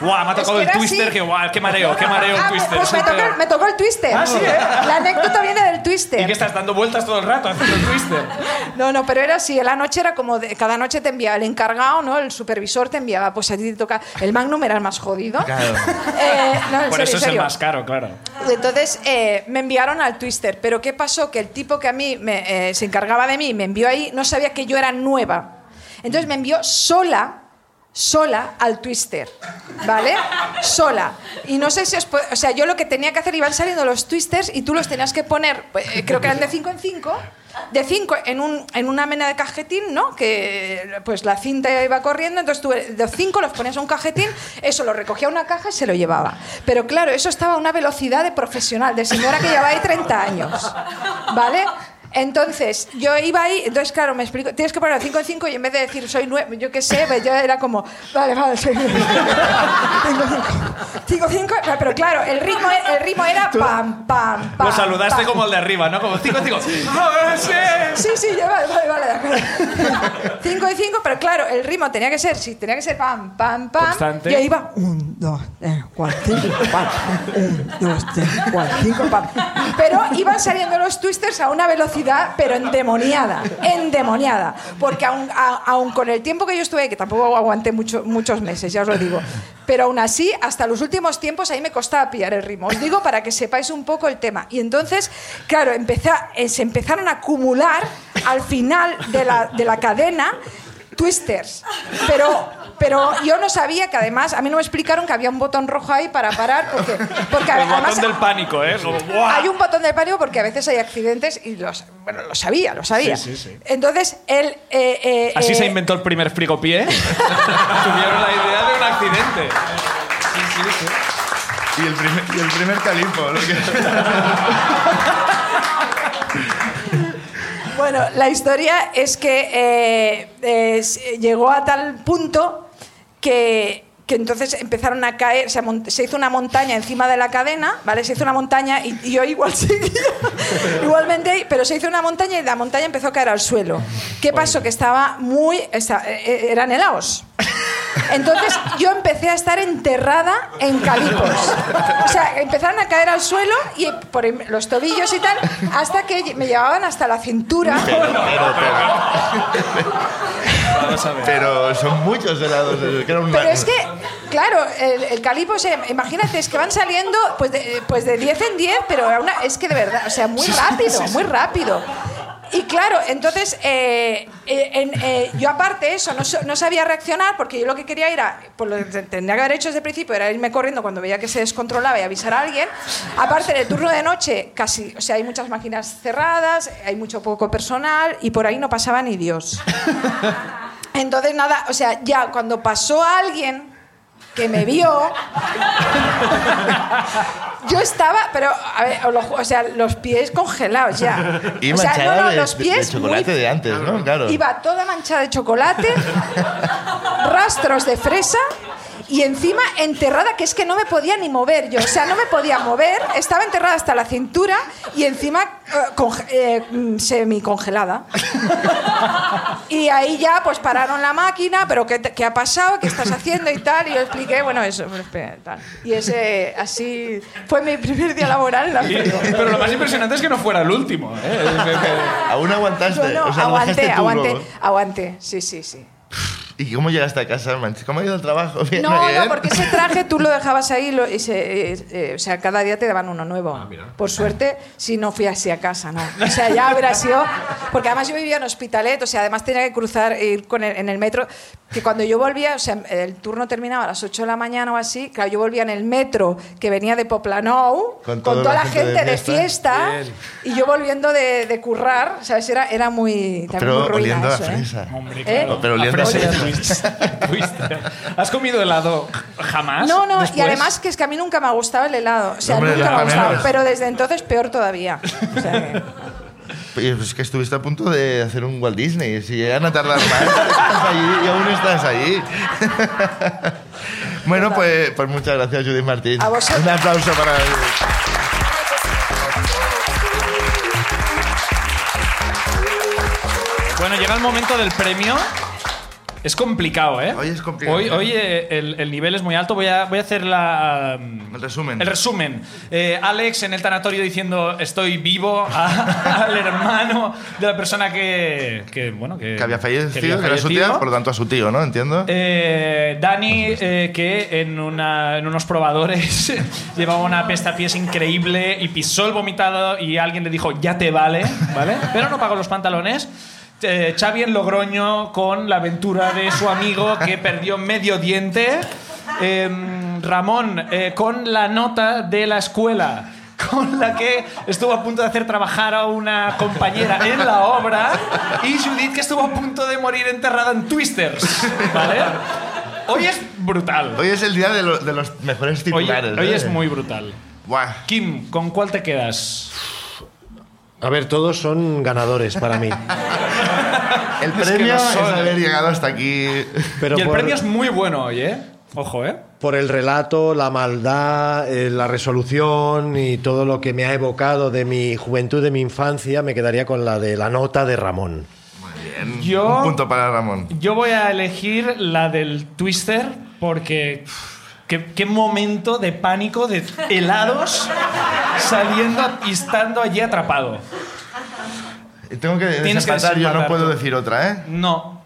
Guau, me ha tocado Es que el era twister, así. que guau, qué mareo, qué mareo el Ah, twister. este. pues es me el tocó, peor. me tocó el twister. Ah, sí, ¿eh? La anécdota viene del twister. ¿Y que estás dando vueltas todo el rato haciendo el twister? No, no, pero era así. La noche era como de- cada noche te enviaba el encargado, ¿no? El supervisor te enviaba, pues a ti te toca. El Magnum era el más jodido. Claro. Eh, no, en Por eso serio, en es el serio. más caro, claro. Entonces eh, me enviaron al Twister, pero ¿qué pasó? Que el tipo que a mí me, eh, se encargaba de mí me envió ahí, no sabía que yo era nueva. Entonces me envió sola, sola al Twister, ¿vale? Sola. Y no sé si os... po- O sea, yo lo que tenía que hacer, iban saliendo los Twisters y tú los tenías que poner, pues, eh, creo que eran de 5 en 5, de 5 en, un, en una mena de cajetín, ¿no? Que pues la cinta iba corriendo, entonces tú de 5 los ponías a un cajetín, eso lo recogía a una caja y se lo llevaba. Pero claro, eso estaba a una velocidad de profesional, de señora que llevaba ahí 30 años, ¿vale? Entonces, yo iba ahí, entonces claro, me explico, tienes que poner 5 en 5 y en vez de decir soy nueve, yo qué sé, pues yo era como, vale, vale, soy nueve. Tengo cinco. Cinco, cinco, pero claro, el ritmo, el ritmo era pam, pam, pam. Lo saludaste pam. como el de arriba, ¿no? Como cinco, cinco. ¡Ah, sí! Sí, sí, ya, vale, vale, vale, de acuerdo. 5 y 5, pero claro, el ritmo tenía que ser, sí, tenía que ser pam, pam, pam. Constante. Y ahí iba 1, 2, 3, 4, 5, pam. 1, 2, 3, 4, 5, pam. Pero iban saliendo los twisters a una velocidad, pero endemoniada, endemoniada. Porque aun, a- aun con el tiempo que yo estuve, que tampoco aguanté mucho- muchos meses, ya os lo digo, pero aún así, hasta los últimos tiempos ahí me costaba pillar el ritmo. Os digo para que sepáis un poco el tema. Y entonces, claro, empecé a- eh, se empezaron a acumular al final de la, de la cadena twisters. Pero, pero yo no sabía que además, a mí no me explicaron que había un botón rojo ahí para parar, porque, porque El además botón del pánico, ¿eh? Como, ¡buah! hay un botón de pánico porque a veces hay accidentes y los, bueno, lo sabía, lo sabía. Sí, sí, sí. Entonces, él... eh, eh, Así eh, se inventó el primer frigopié. Tuvieron la idea de un accidente. Sí, sí, sí. Y el primer, y el primer calipo. Lo que... Bueno, la historia es que eh, eh, s- llegó a tal punto que, que entonces empezaron a caer, se, amon- se hizo una montaña encima de la cadena, ¿vale? Se hizo una montaña y, y yo igual seguía, igualmente, pero se hizo una montaña y la montaña empezó a caer al suelo. ¿Qué pasó? Que estaba muy... esta- eh, eh, eran helados. Entonces yo empecé a estar enterrada en calipos. O sea, empezaron a caer al suelo y por em- los tobillos y tal, hasta que me llevaban hasta la cintura. Vamos a ver. Pero son muchos helados. Es que era un Pero es que, claro, el, el calipo, se- imagínate, es que van saliendo pues de, pues de 10 en 10, pero a una- es que de verdad, o sea, muy rápido, muy rápido. Y claro, entonces eh, eh, en- eh, yo aparte de eso no, so- no sabía reaccionar porque yo lo que quería era, pues lo que te- tendría que haber hecho desde el principio era irme corriendo cuando veía que se descontrolaba y avisar a alguien. Aparte en el turno de noche, casi, o sea, hay muchas máquinas cerradas, hay mucho poco personal y por ahí no pasaba ni Dios. Entonces, nada, o sea, ya cuando pasó alguien que me vio, yo estaba, pero, a ver, os lo ju- o sea, los pies congelados ya. Y o sea, manchada de, los de- de pies chocolate muy- de antes, ¿no? Claro. Iba toda manchada de chocolate, rastros de fresa y encima enterrada, que es que no me podía ni mover yo. O sea, no me podía mover, estaba enterrada hasta la cintura y encima eh, conge- eh, mm, semicongelada. Y ahí ya pues pararon la máquina, pero ¿qué, te- qué ha pasado? ¿Qué estás haciendo? Y tal. Y yo expliqué, bueno, eso, pero espera, tal. Y ese, así, fue mi primer día laboral en la Y- frigo. Pero lo más impresionante es que no fuera el último. ¿eh? Es que- Aún aguantaste. Yo no, o sea, lo aguanté, dejaste tú aguanté, luego. aguanté, sí, sí, sí. ¿Y cómo llegaste a casa? manch- ¿Cómo ha ido el trabajo? Bien, No, bien. no, porque ese traje tú lo dejabas ahí, lo- y se- eh, eh, o sea, cada día te daban uno nuevo. Por suerte, si no fui así a casa, no. O sea, ya hubiera sido Porque además yo vivía en Hospitalet, o sea, además tenía que cruzar, ir con el- en el metro. Que cuando yo volvía, o sea, el turno terminaba a las 8 de la mañana o así, claro, yo volvía en el metro que venía de Poplanou, Con con, toda toda la la gente gente, de de fiesta. fiesta, y yo volviendo de, de currar, ¿sabes? Era, era muy. También Pero muy ruina oliendo a eso, ¿eh? fresa. Hombre, ¿Eh? claro. Pero La oliendo a fresa sexo. ya fuiste- fuiste. ¿Has comido helado jamás? No, no, y después? además que es que a mí nunca me ha gustado el helado. O sea, Ah, Hombre, nunca las me ha gustado. palmeras. Pero desde entonces peor todavía. O sea, que- Y Es pues que estuviste a punto de hacer un Walt Disney. Si llegan a tardar más, estás allí y aún estás allí. bueno, pues, pues muchas gracias, Judith Martín. A vosotros. Un aplauso para Judith. Bueno, llega el momento del premio. Es complicado, ¿eh? Hoy es complicado. Hoy, hoy, eh, el, el nivel es muy alto. Voy a, voy a hacer la. um, El resumen. El resumen. Eh, Alex en el tanatorio diciendo estoy vivo a- al hermano de la persona que. que, bueno, que. Que había fallecido, que, era su fallecido. tía, por lo tanto a su tío, ¿no? Entiendo. Eh, Dani, eh, que en, una- en unos probadores llevaba una pestapiés increíble y pisó el vomitado y alguien le dijo, ya te vale, ¿vale? Pero no pagó los pantalones. Eh, Xavi en Logroño con la aventura de su amigo que perdió medio diente. Em, Ramón eh, con la nota de la escuela con la que estuvo a punto de hacer trabajar a una compañera en la obra y Judith que estuvo a punto de morir enterrada en Twisters, ¿vale? Hoy es brutal. hoy es el día de, lo- de los mejores Hoy, titulares. hoy ¿eh? es muy brutal. Buah. Kim, ¿con cuál te quedas? A ver, todos son ganadores para mí. El que premio no es, son, haber ¿eh? llegado hasta aquí. Pero y el por, premio es muy bueno hoy, ¿eh? Ojo, ¿eh? por el relato, la maldad, eh, la resolución y todo lo que me ha evocado de mi juventud, de mi infancia, me quedaría con la de la nota de Ramón. Yo- Un punto para Ramón. Yo voy a elegir la del Twister porque qué, qué momento de pánico de helados saliendo y estando allí atrapado. Tengo que Tienes que desempatar, yo no desempatar puedo tú. decir otra, ¿eh? No.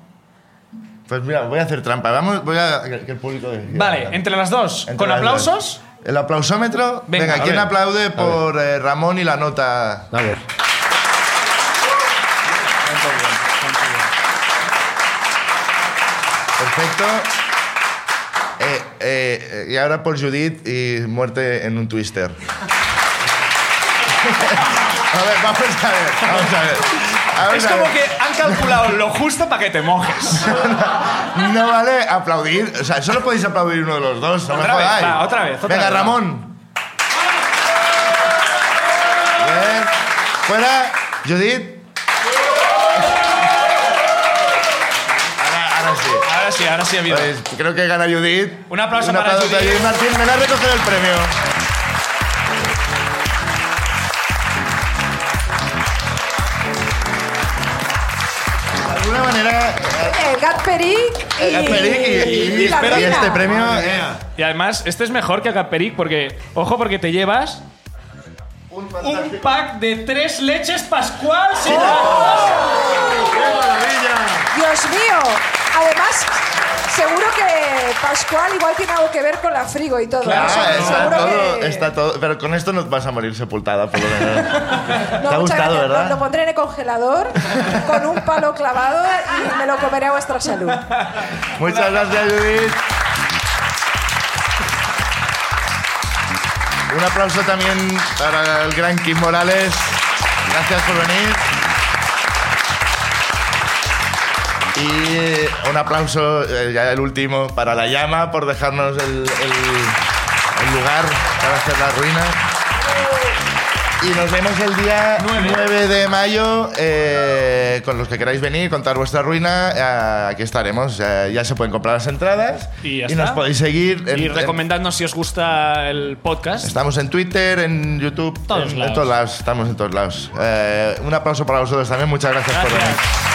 Pues mira, voy a hacer trampa. Vamos, voy a que el público decida. Vale, entre las dos, Entre con las dos. aplausos. El aplausómetro. Venga, Venga, a ¿quién ver. aplaude por eh, Ramón y la nota? A ver. Perfecto. Eh, eh, eh, y ahora por Judith y muerte en un twister. a ver, vamos a ver, vamos a ver. Vamos Es a como ver. que han calculado lo justo para que te mojes. No vale aplaudir. O sea, solo podéis aplaudir uno de los dos. No me Otra vez, jodáis. va, otra vez, otra Venga, vez. Ramón. Bien. Fuera, Judith. Ahora, ahora sí. Ahora sí, ahora sí ha habido. Pues creo que gana Judith. Un aplauso para Judith. Martín, ven a recoger el premio. De alguna manera, El Gat Peric y, eh, Peric y, y- la y reina. este premio. eh, Y además, este es mejor que Caperic porque, ojo, porque te llevas un un fantástico- pack de tres leches pascual sin Oh. ¡Qué maravilla! Dios mío. Además, seguro que Pascual igual tiene algo que ver con la frigo y todo. Ah, ¿no? Seguro está, todo, que- está todo. Pero con esto no vas a morir sepultada, por lo menos. No, Te ha muchas gustado, gracias. ¿verdad? Lo, lo pondré en el congelador con un palo clavado y me lo comeré a vuestra salud. Muchas gracias, Judith. Un aplauso también para el gran Kim Morales. Gracias por venir. Y eh, un aplauso, eh, ya el último, para La Llama por dejarnos el, el- el lugar para hacer la ruina. Y nos vemos el día 9, Nueve. de mayo eh, con los que queráis venir, contar vuestra ruina. eh, aquí estaremos. eh, ya se pueden comprar las entradas. Y ya nos está. podéis seguir. en- Y en- recomendadnos si os gusta el podcast. Estamos en Twitter, en YouTube, Todos en, en lados. todos lados. Estamos en todos lados. Eh, un aplauso para vosotros también. Muchas gracias, por venir. Gracias.